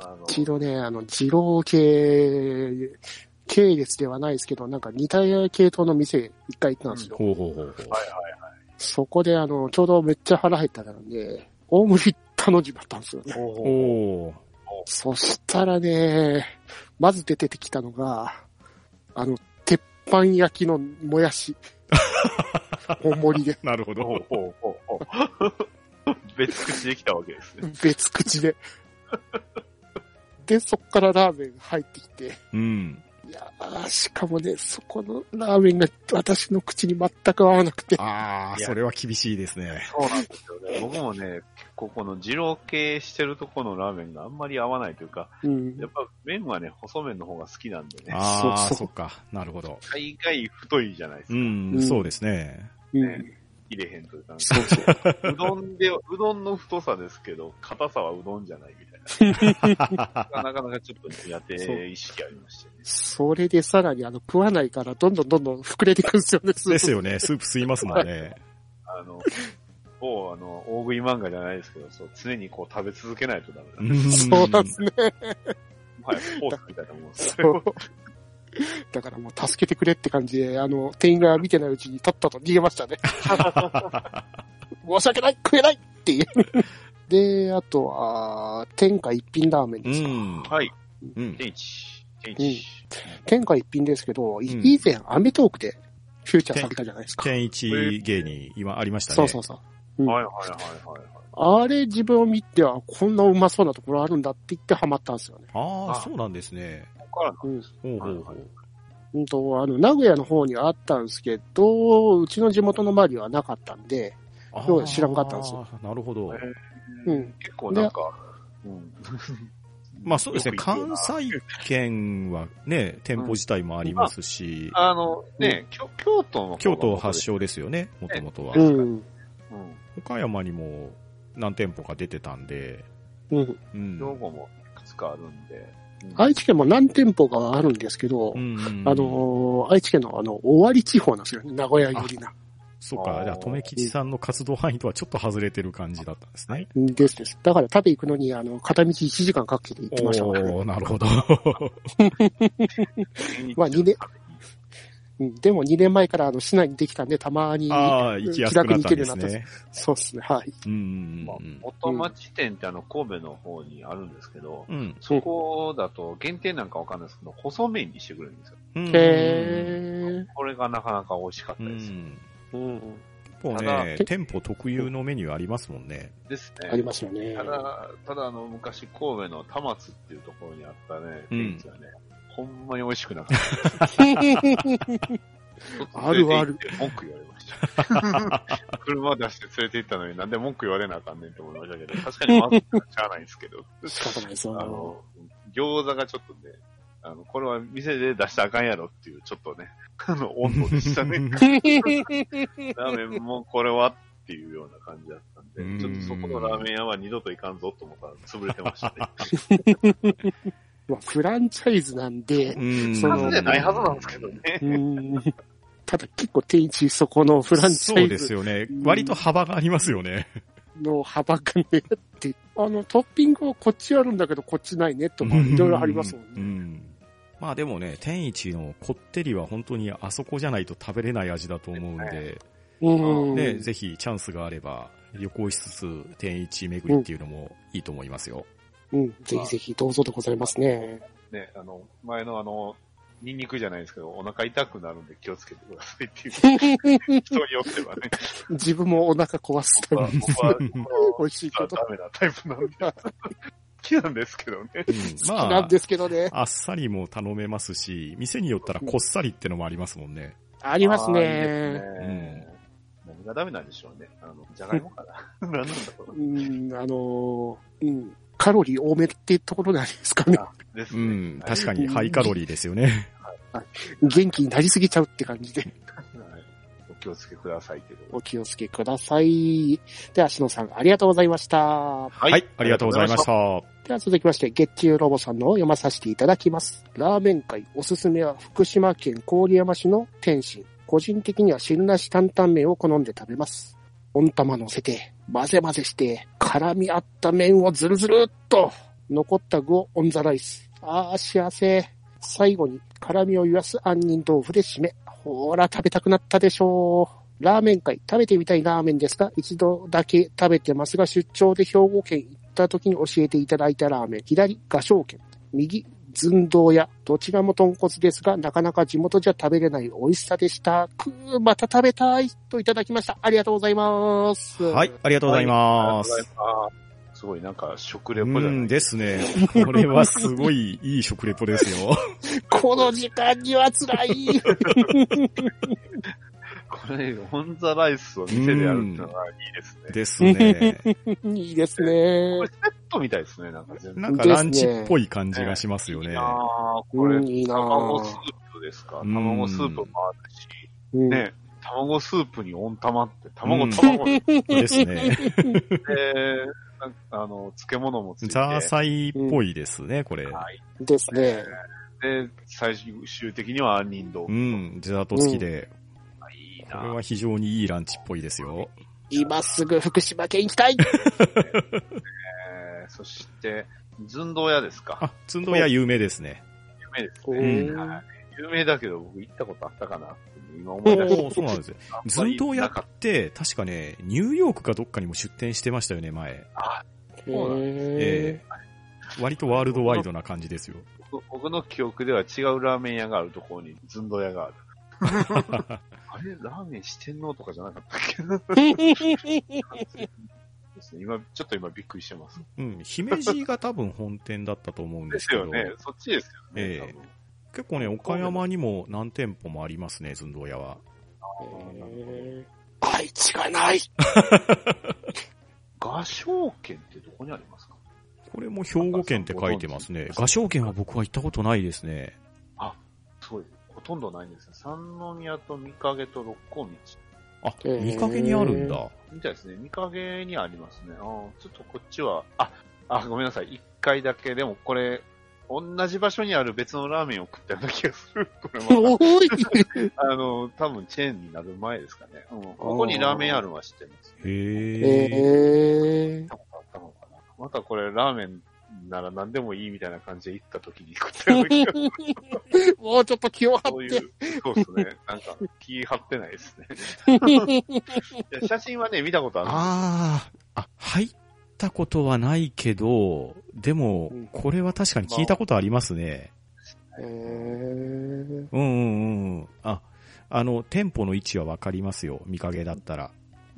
[SPEAKER 1] 思う。あの、
[SPEAKER 3] 一度ね、あの、二郎系、系列ではないですけど、なんか似た系統の店一回行ったんですよ。
[SPEAKER 2] ほうほうほうほう。
[SPEAKER 1] はいはい。
[SPEAKER 3] そこであの、ちょうどめっちゃ腹減ったからね、大盛り頼んじまったんですよね。
[SPEAKER 2] お
[SPEAKER 1] おー
[SPEAKER 2] お
[SPEAKER 3] そしたらね、まず出てきたのが、あの、鉄板焼きのも やし。大盛りで、
[SPEAKER 2] なるほ
[SPEAKER 1] ほ
[SPEAKER 2] ど。
[SPEAKER 1] うほうほうほう。別口できたわけですね。
[SPEAKER 3] 別口で。で、そっからラーメン入ってきて、
[SPEAKER 2] うん。
[SPEAKER 3] いやーしかもね、そこのラーメンが私の口に全く合わなくて、
[SPEAKER 2] あ
[SPEAKER 1] い
[SPEAKER 2] あ、
[SPEAKER 1] や
[SPEAKER 2] それは厳しいですね。
[SPEAKER 1] そうなんですよね。僕もね、結構この二郎系してるとこのラーメンがあんまり合わないというか、
[SPEAKER 3] うん
[SPEAKER 1] やっぱ麺はね、細麺の方が好きなんでね。
[SPEAKER 2] ああ、
[SPEAKER 3] そう
[SPEAKER 2] そっか。なるほど。
[SPEAKER 1] 大概太いじゃないです
[SPEAKER 2] う
[SPEAKER 1] か。
[SPEAKER 2] ん
[SPEAKER 3] う、ん
[SPEAKER 2] そうですね。
[SPEAKER 3] うん
[SPEAKER 1] 入れへんというか、
[SPEAKER 3] そうそう。
[SPEAKER 1] うどんで、うどんの太さですけど、硬さはうどんじゃないみたい な。なかなかちょっと苦手意識ありましてね。
[SPEAKER 3] それでさらにあの食わないからどんどんどんどん膨れていくんですよね、スープ
[SPEAKER 2] ですよね。スープ吸いますもん ね。
[SPEAKER 1] あの、某あの、大食い漫画じゃないですけど、そう、常にこう食べ続けないとダメだ
[SPEAKER 2] う
[SPEAKER 1] ね。
[SPEAKER 2] ん
[SPEAKER 3] そうなんですね。
[SPEAKER 1] はい、スポーツみたいなもんです
[SPEAKER 3] そう だからもう助けてくれって感じで、あの、店員が見てないうちにとっとと逃げましたね。申し訳ない食えないっていう。で、あとは、天下一品ラーメン
[SPEAKER 2] う
[SPEAKER 3] ですよ。
[SPEAKER 2] ん。
[SPEAKER 1] はい、
[SPEAKER 2] うん。
[SPEAKER 1] 天一。天一。
[SPEAKER 3] 天下一品ですけど、い
[SPEAKER 2] うん
[SPEAKER 3] 以前アメトークでフューチャーされたじゃないですか。
[SPEAKER 2] 天一芸人、今ありましたね。
[SPEAKER 3] そうそうそう。うん
[SPEAKER 1] はいはいはいはいはい。
[SPEAKER 3] あれ自分を見て、あ、こんなうまそうなところあるんだって言ってハマったんですよね。
[SPEAKER 2] ああ、
[SPEAKER 1] あ
[SPEAKER 2] そうなんですね。
[SPEAKER 1] ここからの
[SPEAKER 3] うん。
[SPEAKER 2] ほうほうほ。
[SPEAKER 1] はいう
[SPEAKER 3] うんと、あの、名古屋の方にはあったんですけど、うちの地元の周りはなかったんで、
[SPEAKER 2] あー
[SPEAKER 3] そうです知らんかったんですよ。
[SPEAKER 2] なるほど
[SPEAKER 1] え。ー
[SPEAKER 3] うん。
[SPEAKER 1] 結構なんか、うん。
[SPEAKER 2] まあそうですね。
[SPEAKER 1] よく行くよ
[SPEAKER 2] 関
[SPEAKER 1] な
[SPEAKER 2] 西圏はね、店舗自体もありますし、
[SPEAKER 1] あの、ね、きょ京都の方が
[SPEAKER 2] 京都発祥ですよね、もともとは
[SPEAKER 3] う。ん。
[SPEAKER 1] うん。
[SPEAKER 2] 岡山にも何店舗か出てたんで、
[SPEAKER 3] うん。
[SPEAKER 2] うん。
[SPEAKER 1] 兵庫もいくつかあるんで。うん
[SPEAKER 3] 愛知県も何店舗かあるんですけど、
[SPEAKER 2] うんうん
[SPEAKER 3] あのー愛知県のあの、尾張地方なんですよね。名古屋寄りな。
[SPEAKER 2] そっか、じゃあ、留吉さんの活動範囲とはちょっと外れてる感じだったんですね。
[SPEAKER 3] うんですです。だから食べ行くのに、あの、片道1時間かけて行ってましたからね。
[SPEAKER 2] おーなる ほど。
[SPEAKER 3] まあ二年うん、でも2年前からあの、市内にできたんで、たまに、
[SPEAKER 2] ああ、行きやすくなったんです
[SPEAKER 3] 気楽に行けるようになったんで
[SPEAKER 2] ね。
[SPEAKER 3] そうですね、はい。
[SPEAKER 2] うんうん
[SPEAKER 1] まあ
[SPEAKER 2] うん、
[SPEAKER 1] 元町店ってあの、神戸の方にあるんですけど、
[SPEAKER 2] うん。
[SPEAKER 1] そこだと限定なんかわかんないですけど、細麺にしてくれるんですよ。
[SPEAKER 2] うん。え。
[SPEAKER 3] へ
[SPEAKER 1] これがなかなか美味しかっ
[SPEAKER 2] う
[SPEAKER 1] たです。
[SPEAKER 2] ん。
[SPEAKER 3] ー。うん。
[SPEAKER 2] もう
[SPEAKER 1] た
[SPEAKER 2] ね、店舗特有のメニューありますもんね。
[SPEAKER 1] ですね。
[SPEAKER 3] ありますよね
[SPEAKER 1] た。だ、ただあの、昔神戸の玉津っていうところにあったね、
[SPEAKER 2] うん
[SPEAKER 1] 店地はね、ほんまに美味しくなかった。
[SPEAKER 3] あるある。
[SPEAKER 1] 文句言われました。 車出して連れて行ったのになんで文句言われなあかんねんって思いました けど、確かにまずいのはしゃあないんですけど。
[SPEAKER 3] 仕方ないですよ。
[SPEAKER 1] あの、餃子がちょっとね、あの、これは店で出したらあかんやろっていう、ちょっとね、 あの、温度でしたね。ラーメンもこれはっていうような感じだったん
[SPEAKER 2] うん
[SPEAKER 1] で、ちょっとそこのラーメン屋は二度といかんぞと思ったら 潰れてましたね。
[SPEAKER 3] まあフランチャイズなんで、
[SPEAKER 2] うん
[SPEAKER 3] その数じゃない
[SPEAKER 1] はずなんですけどね。
[SPEAKER 3] うんただ結構天一そこのフランチ
[SPEAKER 2] そう
[SPEAKER 3] ャ
[SPEAKER 2] で
[SPEAKER 3] イ
[SPEAKER 2] す
[SPEAKER 3] ズ
[SPEAKER 2] よね。割と幅がありますよね。
[SPEAKER 3] の幅がねって、あのトッピングはこっちあるんだけどこっちないねとかいろいろありますもん
[SPEAKER 2] う
[SPEAKER 3] ね。
[SPEAKER 2] ん。まあでもね、天一のこってりは本当にあそこじゃないと食べれない味だと思うんで、
[SPEAKER 3] うん。
[SPEAKER 2] ね、ぜひチャンスがあれば、旅行しつつ、天一巡りっていうのもいいと思いますよ。
[SPEAKER 3] うん、ぜひぜひどうぞでございます ね。
[SPEAKER 1] ね、あの、前のあの、ニンニクじゃないですけど、お腹痛くなるんで気をつけてくださいっていう、人によってはね。
[SPEAKER 3] 自分もお腹 壊す
[SPEAKER 1] 僕
[SPEAKER 3] と
[SPEAKER 1] は、
[SPEAKER 3] いう
[SPEAKER 1] 僕は、
[SPEAKER 3] 美味しい
[SPEAKER 1] あ
[SPEAKER 3] こと
[SPEAKER 1] ダメなタイプなんで、好きなんですけどね。
[SPEAKER 2] うんま
[SPEAKER 3] なん
[SPEAKER 2] あ、
[SPEAKER 3] ですけどね。
[SPEAKER 2] あっさりも頼めますし、店によったらこっさりってのもありますもんね。
[SPEAKER 3] あります
[SPEAKER 1] あーいいで
[SPEAKER 3] ね。
[SPEAKER 1] すね何がダメなんでしょうね。あの、じゃがいもかな。 何なんだろ
[SPEAKER 3] うん、あのーうん、カロリー多めってところなんですかね。
[SPEAKER 1] う。です
[SPEAKER 2] う
[SPEAKER 1] ね。
[SPEAKER 2] ん、
[SPEAKER 1] はい
[SPEAKER 2] 確かにハイカロリーですよね。
[SPEAKER 3] 元気になりすぎちゃうって感じで、
[SPEAKER 1] はいお気をつけくださいけど。
[SPEAKER 3] お気をつけください。では、しのさん、ありがとうございました。
[SPEAKER 1] は
[SPEAKER 2] はい、ありがとうございました。。
[SPEAKER 3] では続きまして、月中ロボさんのを読まさせていただきます。ラーメン界おすすめは福島県郡山市の天津。個人的には汁なし担々麺を好んで食べます。温玉乗せて、混ぜ混ぜして、絡み合った麺をずるずるっと。残った具をオンザライス。ああ、幸せ。最後に辛みを言わす杏仁豆腐で締め。ほーら、食べたくなったでしょう。ラーメン会、食べてみたいラーメンですが、一度だけ食べてますが、出張で兵庫県行った時に教えていただいたラーメン。左、画商圏。右、寸胴屋。どちらも豚骨ですが、なかなか地元じゃ食べれない美味しさでした。くー、また食べたいといただきました。ありがとうございます。
[SPEAKER 2] はい、ありがとうございま
[SPEAKER 1] あり
[SPEAKER 2] す。
[SPEAKER 1] がとうございます。すごいなんか食レ
[SPEAKER 2] う
[SPEAKER 1] ポじゃない
[SPEAKER 2] んです ね。これはすごいいい食レポですよ。
[SPEAKER 3] この時間には辛い。
[SPEAKER 1] これ、オンザライスを店でやるっていうのがいいですね。
[SPEAKER 2] ですね。
[SPEAKER 3] いいですね
[SPEAKER 1] これ。セットみたいですね、なんか全
[SPEAKER 2] な
[SPEAKER 1] 部。
[SPEAKER 2] んかランチっぽい感じがしますよね。
[SPEAKER 1] ああ、これ
[SPEAKER 3] う、ん、いいな
[SPEAKER 1] 卵スー
[SPEAKER 3] ぁ。
[SPEAKER 1] プですか
[SPEAKER 2] うん
[SPEAKER 1] 卵スープもあるし、
[SPEAKER 3] うん
[SPEAKER 1] ね、卵スープに温玉って、卵、
[SPEAKER 2] うん
[SPEAKER 1] 卵で、
[SPEAKER 2] ですね。
[SPEAKER 1] なんかあの、漬物もついて、
[SPEAKER 2] ザーサイっぽいですね、これ。
[SPEAKER 1] はい。
[SPEAKER 3] ですね。
[SPEAKER 1] で、最終的には杏仁豆
[SPEAKER 2] う
[SPEAKER 1] 腐。
[SPEAKER 2] ん、デザート付きで。
[SPEAKER 1] あいい
[SPEAKER 2] こ
[SPEAKER 1] な
[SPEAKER 2] れは非常にいいランチっぽいですよ。
[SPEAKER 3] 今すぐ福島県行きた
[SPEAKER 1] え
[SPEAKER 3] い
[SPEAKER 1] ーそして、寸胴屋ですか。
[SPEAKER 2] あ、寸胴屋有名ですね。
[SPEAKER 1] 有名です
[SPEAKER 3] お
[SPEAKER 1] ね。
[SPEAKER 3] ー
[SPEAKER 1] はい有名だけど、僕行ったことあったかなって今思い出して
[SPEAKER 2] おおそうなんですよ。寸胴屋って、確かね、ニューヨークかどっかにも出店してましたよね、前。
[SPEAKER 1] そうなん
[SPEAKER 2] ええ割とワールドワイドな感じですよ。
[SPEAKER 1] 僕僕の記憶では違うラーメン屋があるところに寸胴屋があ る。あれラーメン四天王とかじゃなかったっけ ですね今、ちょっと今びっくりしてます。
[SPEAKER 2] うん、姫路が多分本店だったと思うん
[SPEAKER 1] で
[SPEAKER 2] です
[SPEAKER 1] す
[SPEAKER 2] けど
[SPEAKER 1] よ、ね。そっちですよね。
[SPEAKER 2] ええ
[SPEAKER 1] 多分
[SPEAKER 2] 結構ね、岡山にも何店舗もありますね、寸胴屋は。
[SPEAKER 3] え愛知がない。
[SPEAKER 1] 画商圏ってどこにありますか
[SPEAKER 2] これも兵庫県って書いてますね。画商圏は僕は行ったことないですね。
[SPEAKER 1] すごい。ほとんどないんですね。三宮と三影と六甲道。
[SPEAKER 2] あ、
[SPEAKER 3] へー
[SPEAKER 2] 見かけにあるんだ。
[SPEAKER 1] みたいですね。三影にありますね。あーちょっとこっちは、あ、あ、ごめんなさい。一回だけ、でもこれ、同じ場所にある別のラーメンを食ったような気がする。 これまた
[SPEAKER 3] おい。
[SPEAKER 1] あの、多分チェーンになる前ですかね。うん、ここにラーメンあるのは知ってます、
[SPEAKER 2] へ
[SPEAKER 1] ね。
[SPEAKER 2] え。
[SPEAKER 3] えー
[SPEAKER 1] あったのかなまたこれラーメンなら何でもいいみたいな感じで行った時に食ったような気がする。
[SPEAKER 3] もうちょっと気を張
[SPEAKER 1] そう
[SPEAKER 3] っ
[SPEAKER 1] い
[SPEAKER 3] て。
[SPEAKER 1] う、そうですね。なんか気張ってないです ね。いや写真はね、見たことある。
[SPEAKER 2] ああ、あ、入ったことはないけど、でも
[SPEAKER 3] うん、
[SPEAKER 2] これは確かに聞いたことありますね。
[SPEAKER 3] えー
[SPEAKER 2] うんうんうんうん。あ、あの、店舗の位置はわかりますよ。見かけだったら。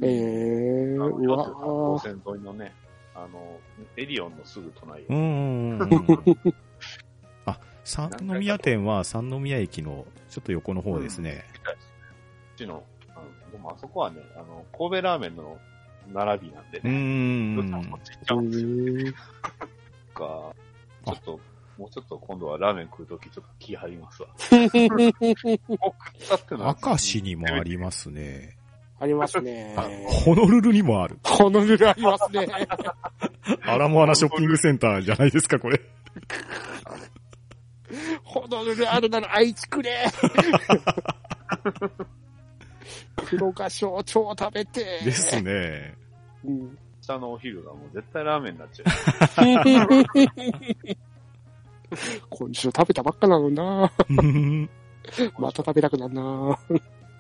[SPEAKER 3] えー
[SPEAKER 1] あの、
[SPEAKER 3] う
[SPEAKER 1] 岩手
[SPEAKER 3] わぁ
[SPEAKER 1] 線沿いのね、あの、エリオンのすぐ隣
[SPEAKER 2] う
[SPEAKER 1] を。
[SPEAKER 2] んうん うんうん。あ、三宮店は三宮駅のちょっと横の方ですね。
[SPEAKER 1] うちの、あのでもあそこはね、あの、神戸ラーメンの並びなんで
[SPEAKER 2] うん
[SPEAKER 1] ね。
[SPEAKER 2] う
[SPEAKER 1] どっ
[SPEAKER 2] ん
[SPEAKER 1] ち
[SPEAKER 2] う
[SPEAKER 1] もこ。
[SPEAKER 2] ん
[SPEAKER 1] っち行っちゃうんですよか、ち
[SPEAKER 2] あ
[SPEAKER 1] ょっと、もうちょっと今度はラーメン食うときちょっと気張り ますわ。もう食ったってのは。
[SPEAKER 2] 明石にもありますね。
[SPEAKER 3] ありますね。
[SPEAKER 2] ホノルルにもある。
[SPEAKER 3] このぐらいありますね。
[SPEAKER 2] アラモアナショッピングセンターじゃないですか、これ。
[SPEAKER 3] ホノルルあるなら愛知くれ黒が象徴食べて。
[SPEAKER 2] ですね。
[SPEAKER 3] うん。
[SPEAKER 1] 下のお昼がもう絶対ラーメンになっちゃ
[SPEAKER 3] 今週食べたばっかなのにな
[SPEAKER 2] うん
[SPEAKER 1] う。
[SPEAKER 3] また食べたくなるな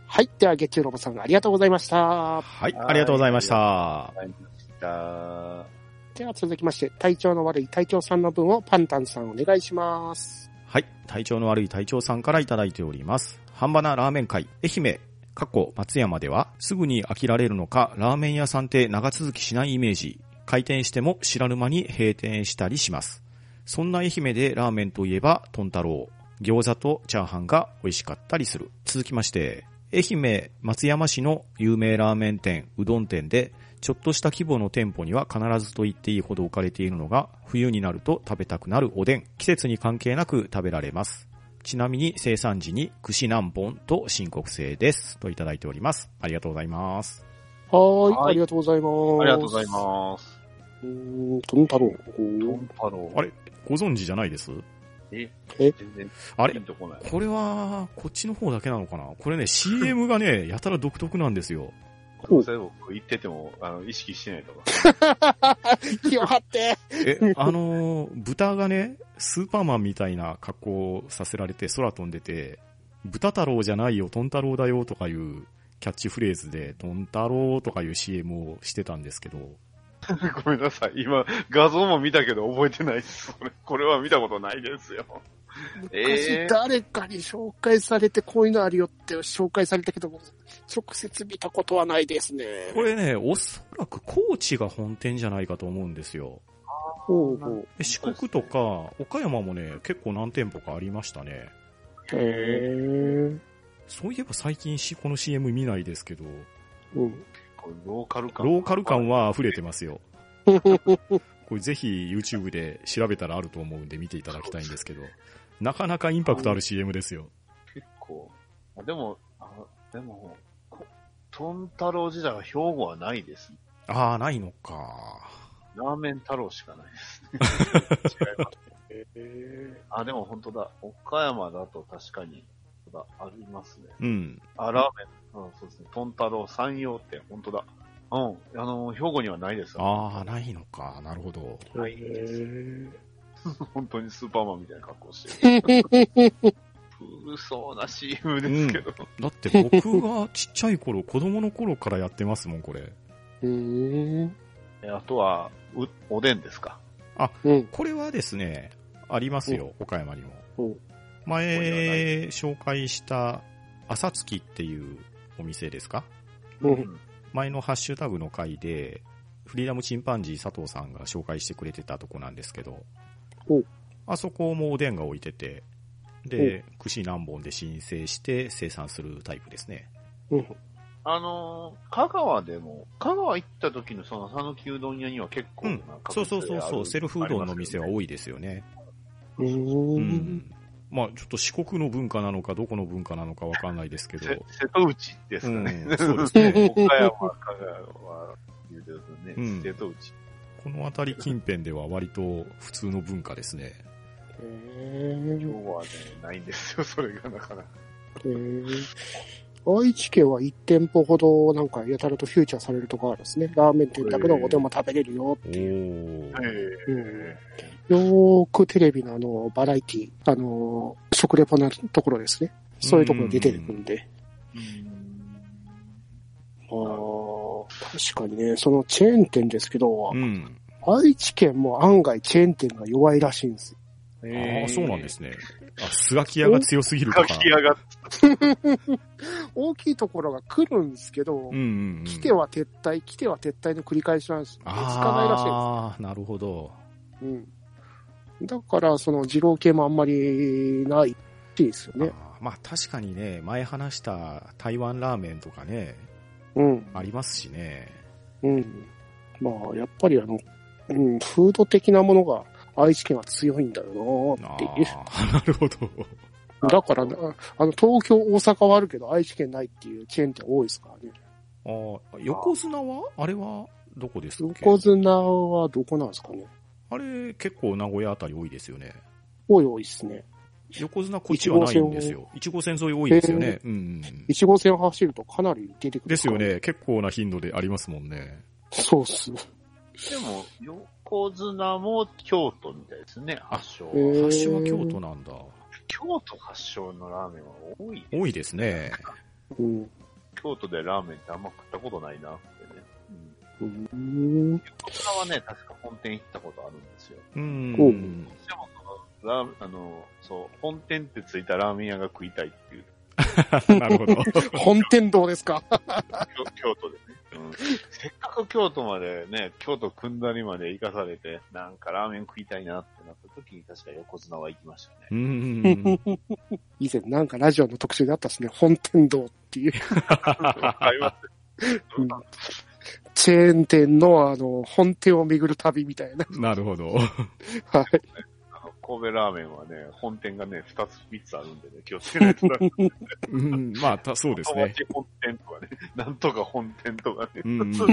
[SPEAKER 3] はい。では、月中ロボさんありがとうございました。
[SPEAKER 2] はい、ありがとうございました。
[SPEAKER 1] ありました。
[SPEAKER 3] では続きまして、体調の悪い隊長さんの分をパンタンさんお願いします。
[SPEAKER 2] はい。体調の悪い隊長さんからいただいております。半端なラーメン会、愛媛、過去松山では、すぐに飽きられるのか、ラーメン屋さんって長続きしないイメージ。開店しても知らぬ間に閉店したりします。そんな愛媛でラーメンといえば、トン太郎。餃子とチャーハンが美味しかったりする。続きまして、愛媛松山市の有名ラーメン店、うどん店で、ちょっとした規模の店舗には必ずと言っていいほど置かれているのが、冬になると食べたくなるおでん。季節に関係なく食べられます。ちなみに生産時に串何本と申告制です。といただいております。ありがとうございます。
[SPEAKER 3] はーい
[SPEAKER 1] はい
[SPEAKER 3] ありがとうございます。
[SPEAKER 1] ありがとうございます。
[SPEAKER 3] す。うーん、トン太郎。う
[SPEAKER 1] ど
[SPEAKER 3] ーん
[SPEAKER 1] ん太郎。
[SPEAKER 2] あれご存知じゃないです
[SPEAKER 1] え
[SPEAKER 3] え
[SPEAKER 1] 全然
[SPEAKER 2] あ
[SPEAKER 1] ピ
[SPEAKER 2] れ
[SPEAKER 1] ンとこない。
[SPEAKER 2] これは、こっちの方だけなのかなこ れね、CM がね、やたら独特なんですよ。
[SPEAKER 3] お
[SPEAKER 1] それ僕言ってても、あの、意識してないとか。
[SPEAKER 3] 気を張って。
[SPEAKER 2] え、あのー、豚がね、スーパーマンみたいな格好をさせられて空飛んでて、豚太郎じゃないよ、トン太郎だよとかいうキャッチフレーズで、トン太郎とかいう CM をしてたんですけど、
[SPEAKER 1] ごめんなさい。今、画像も見たけど覚えてないです。 これこれは見たことないですよ。え
[SPEAKER 3] 昔誰かに紹介されてこういうのあるよって紹介されたけども、直接見たことはないですね。
[SPEAKER 2] これね、おそらく高知が本店じゃないかと思うんですよ。
[SPEAKER 3] ほうほう。
[SPEAKER 2] で四国とか、岡山もね、結構何店舗かありましたね。
[SPEAKER 3] へえ。
[SPEAKER 2] そういえば最近しこの CM 見ないですけど、
[SPEAKER 3] うん。
[SPEAKER 1] これローカル感。
[SPEAKER 2] ローカル感は溢れてます よ。これぜひ YouTube で調べたらあると思うんで見ていただきたいんですけど、なかなかインパクトある CM ですよ。
[SPEAKER 1] 結構。あでも、あでも、こトン太郎時代は兵庫はないです。
[SPEAKER 2] ああ、ないのか。
[SPEAKER 1] ラーメン太郎しかない ですね。違います。あ、でも本当だ。岡山だと確かに、そうだありますね。
[SPEAKER 2] うん。
[SPEAKER 1] あ、ラーメン、うん、そうですね。トン太郎山陽って、本当だ。うん。あの、兵庫にはないです。
[SPEAKER 2] ああ、ないのか。なるほど。
[SPEAKER 1] ないです。本当にスーパーマンみたいな格好してる。 古そうな CM ですけど。
[SPEAKER 2] だって僕がちっちゃい頃、子供の頃からやってますもん、これ。
[SPEAKER 3] うん。
[SPEAKER 1] えあとは、う、おでんですか。
[SPEAKER 3] うん。
[SPEAKER 2] これはですね、ありますよ、岡山にも
[SPEAKER 3] お。
[SPEAKER 2] 前、紹介した、朝月っていうお店ですか
[SPEAKER 3] う。
[SPEAKER 1] うん
[SPEAKER 2] 前のハッシュタグの回で、フリーダムチンパンジー佐藤さんが紹介してくれてたとこなんですけど
[SPEAKER 3] お、
[SPEAKER 2] あそこもおでんが置いてて、で、串何本で申請して生産するタイプですね。
[SPEAKER 3] うん。
[SPEAKER 1] あのー香川でも、香川行った時のその讃岐うどん屋には結構
[SPEAKER 2] う
[SPEAKER 1] なん確率がある、
[SPEAKER 2] そうそうそうそう、セルフうどんの店は
[SPEAKER 1] あり
[SPEAKER 2] 多いですよね。
[SPEAKER 3] う。
[SPEAKER 2] うんん。まあちょっと四国の文化なのか、どこの文化なのかわかんないですけ
[SPEAKER 1] ます
[SPEAKER 2] ど
[SPEAKER 1] よね。、せ瀬戸内です
[SPEAKER 2] う
[SPEAKER 1] かね。
[SPEAKER 2] ん、そうですね。
[SPEAKER 1] 岡山、香川、言うてますね、
[SPEAKER 2] うん
[SPEAKER 1] 瀬戸内。
[SPEAKER 2] この辺り近辺では割と普通の文化ですね。
[SPEAKER 1] 今日はね、ないんですよ、 それがなかなか。。
[SPEAKER 3] へー愛知県は1店舗ほどなんかやたらとフューチャーされるとこあるんですね。ラーメン店だけどおでんも食べれるよ
[SPEAKER 2] お
[SPEAKER 3] っていう。
[SPEAKER 2] ー。
[SPEAKER 3] うんよーくテレビのあの、バラエティ、あのー、食レポなところですね。そういうところに出てくるんで。あー確かにね、そのチェーン店ですけど、
[SPEAKER 2] うん。
[SPEAKER 3] 愛知県も案外チェーン店が弱いらしいんですよ。
[SPEAKER 2] ああ、そうなんですすね。あ、スガキ屋が強すぎると
[SPEAKER 1] 書
[SPEAKER 2] か。
[SPEAKER 1] き上がって、
[SPEAKER 3] 大きいところが来るんですけど、
[SPEAKER 2] うんうんうん。
[SPEAKER 3] 来ては撤退、来ては撤退の繰り返しなんです。落ち着かないらしいです。
[SPEAKER 2] ああ、なるほど。
[SPEAKER 3] うん。だから、その、二郎系もあんまりないらしいですよね。
[SPEAKER 2] あーまあ確かにね、前話した台湾ラーメンとかね、
[SPEAKER 3] うん。
[SPEAKER 2] ありますしね。
[SPEAKER 3] うん。まあ、やっぱりあの、うん、フード的なものが愛知県は強いんだよな
[SPEAKER 2] あ
[SPEAKER 3] っていう。
[SPEAKER 2] あ、なるほど。
[SPEAKER 3] だからな、あの、東京、大阪はあるけど、愛知県ないっていうチェーン店多いですからね。
[SPEAKER 2] あー横綱はあれはどこですっけ
[SPEAKER 3] 横綱はどこなんですかね。
[SPEAKER 2] あれ結構名古屋あたり多いですよね。
[SPEAKER 3] 多い多いですね。
[SPEAKER 2] 横綱こっちはないんですよ。一号線沿い多いですよね。うんうん。
[SPEAKER 3] 1号線を走るとかなり出てくる。
[SPEAKER 2] ですよ。ね。結構な頻度でありますもんね。
[SPEAKER 3] そうっす。
[SPEAKER 1] でも、横綱も京都みたいですね、発祥は。
[SPEAKER 3] へー
[SPEAKER 2] 発祥は京都なんだ。
[SPEAKER 1] 京都発祥のラーメンは多い。
[SPEAKER 2] 多いですね。
[SPEAKER 3] うん。
[SPEAKER 1] 京都でラーメンってあんま食ったことないなってね。うん
[SPEAKER 3] うーん。
[SPEAKER 1] 横綱はね、確か本店行ったことあるんですよ。
[SPEAKER 2] うん。
[SPEAKER 3] おう
[SPEAKER 1] でもそのラーメンあの、そう、本店ってついたラーメン屋が食いたいっていう、
[SPEAKER 2] なるほど。
[SPEAKER 3] 本天堂ですか
[SPEAKER 1] 京京都でね、 うん。せっかく京都までね、京都組んだりまで行かされて、なんかラーメン食いたいなってなった時に確か横綱は行きましたね。
[SPEAKER 2] うん。
[SPEAKER 3] 以前なんかラジオの特集であったですね。本天堂っていう、
[SPEAKER 1] あります
[SPEAKER 3] うんチェーン店のあの、本店を巡る旅みたいな。
[SPEAKER 2] なるほど。
[SPEAKER 3] はい。
[SPEAKER 1] あの神戸ラーメンはね、本店がね、2つ3つあるんでね、気をつけないとな。
[SPEAKER 2] うん。まあ、たそうです
[SPEAKER 1] 友
[SPEAKER 2] ね。
[SPEAKER 1] 達本店とかね、 なんとか本店とかね、
[SPEAKER 2] うんうんうん
[SPEAKER 1] ど、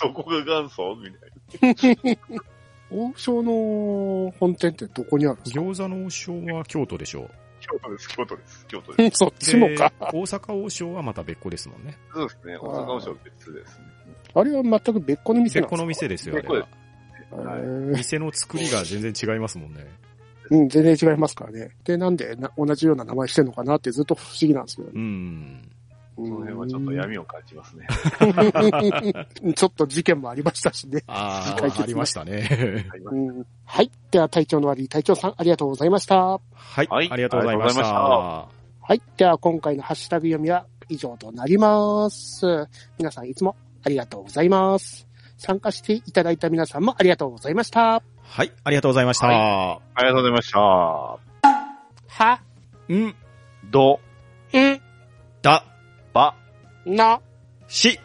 [SPEAKER 1] どこが元祖みたい
[SPEAKER 3] 王将の本店ってどこにあるんですか
[SPEAKER 2] 餃子の王将は京都でしょう。
[SPEAKER 1] な。京都です、京都です、京都
[SPEAKER 3] う
[SPEAKER 1] で
[SPEAKER 3] ん
[SPEAKER 1] す。
[SPEAKER 3] そっちもか
[SPEAKER 2] で。大阪王将はまた別個ですもんね。
[SPEAKER 1] そうですね、大阪王将別ですね。
[SPEAKER 3] あれは全く別個の店
[SPEAKER 2] 別
[SPEAKER 3] なんで
[SPEAKER 2] 個
[SPEAKER 3] す
[SPEAKER 2] の
[SPEAKER 3] か
[SPEAKER 2] 店ですよ、あれ
[SPEAKER 1] 別
[SPEAKER 2] は。
[SPEAKER 1] 個の
[SPEAKER 3] へー
[SPEAKER 2] 店の作りが全然違いますもんね。
[SPEAKER 3] うん、全然違いますからね。で、なんでな同じような名前してるのかなってずっと不思議なんですけどね。
[SPEAKER 2] うん。
[SPEAKER 3] そ
[SPEAKER 1] その辺はちょっと闇を感じますね。
[SPEAKER 3] 闇。 ちょっと事件もありましたしね。
[SPEAKER 2] あ
[SPEAKER 3] 解決
[SPEAKER 2] あ、ありましたね。
[SPEAKER 3] うん、はい。では、隊長の悪い隊長さん、ありがとうございました。
[SPEAKER 2] はい、
[SPEAKER 1] はい
[SPEAKER 2] ありがとうございました。
[SPEAKER 1] あ
[SPEAKER 3] はい。では、今回のハッシュタグ読みは以上となります。皆さん、いつもありがとうございます。参加していただいた皆さんもありがとうございました。
[SPEAKER 2] はい、 ありがとうございました。
[SPEAKER 1] ありがとうございました。
[SPEAKER 3] は、
[SPEAKER 2] うん、
[SPEAKER 1] ど、
[SPEAKER 3] ん、
[SPEAKER 2] だ、
[SPEAKER 1] ば、
[SPEAKER 3] な、
[SPEAKER 2] し。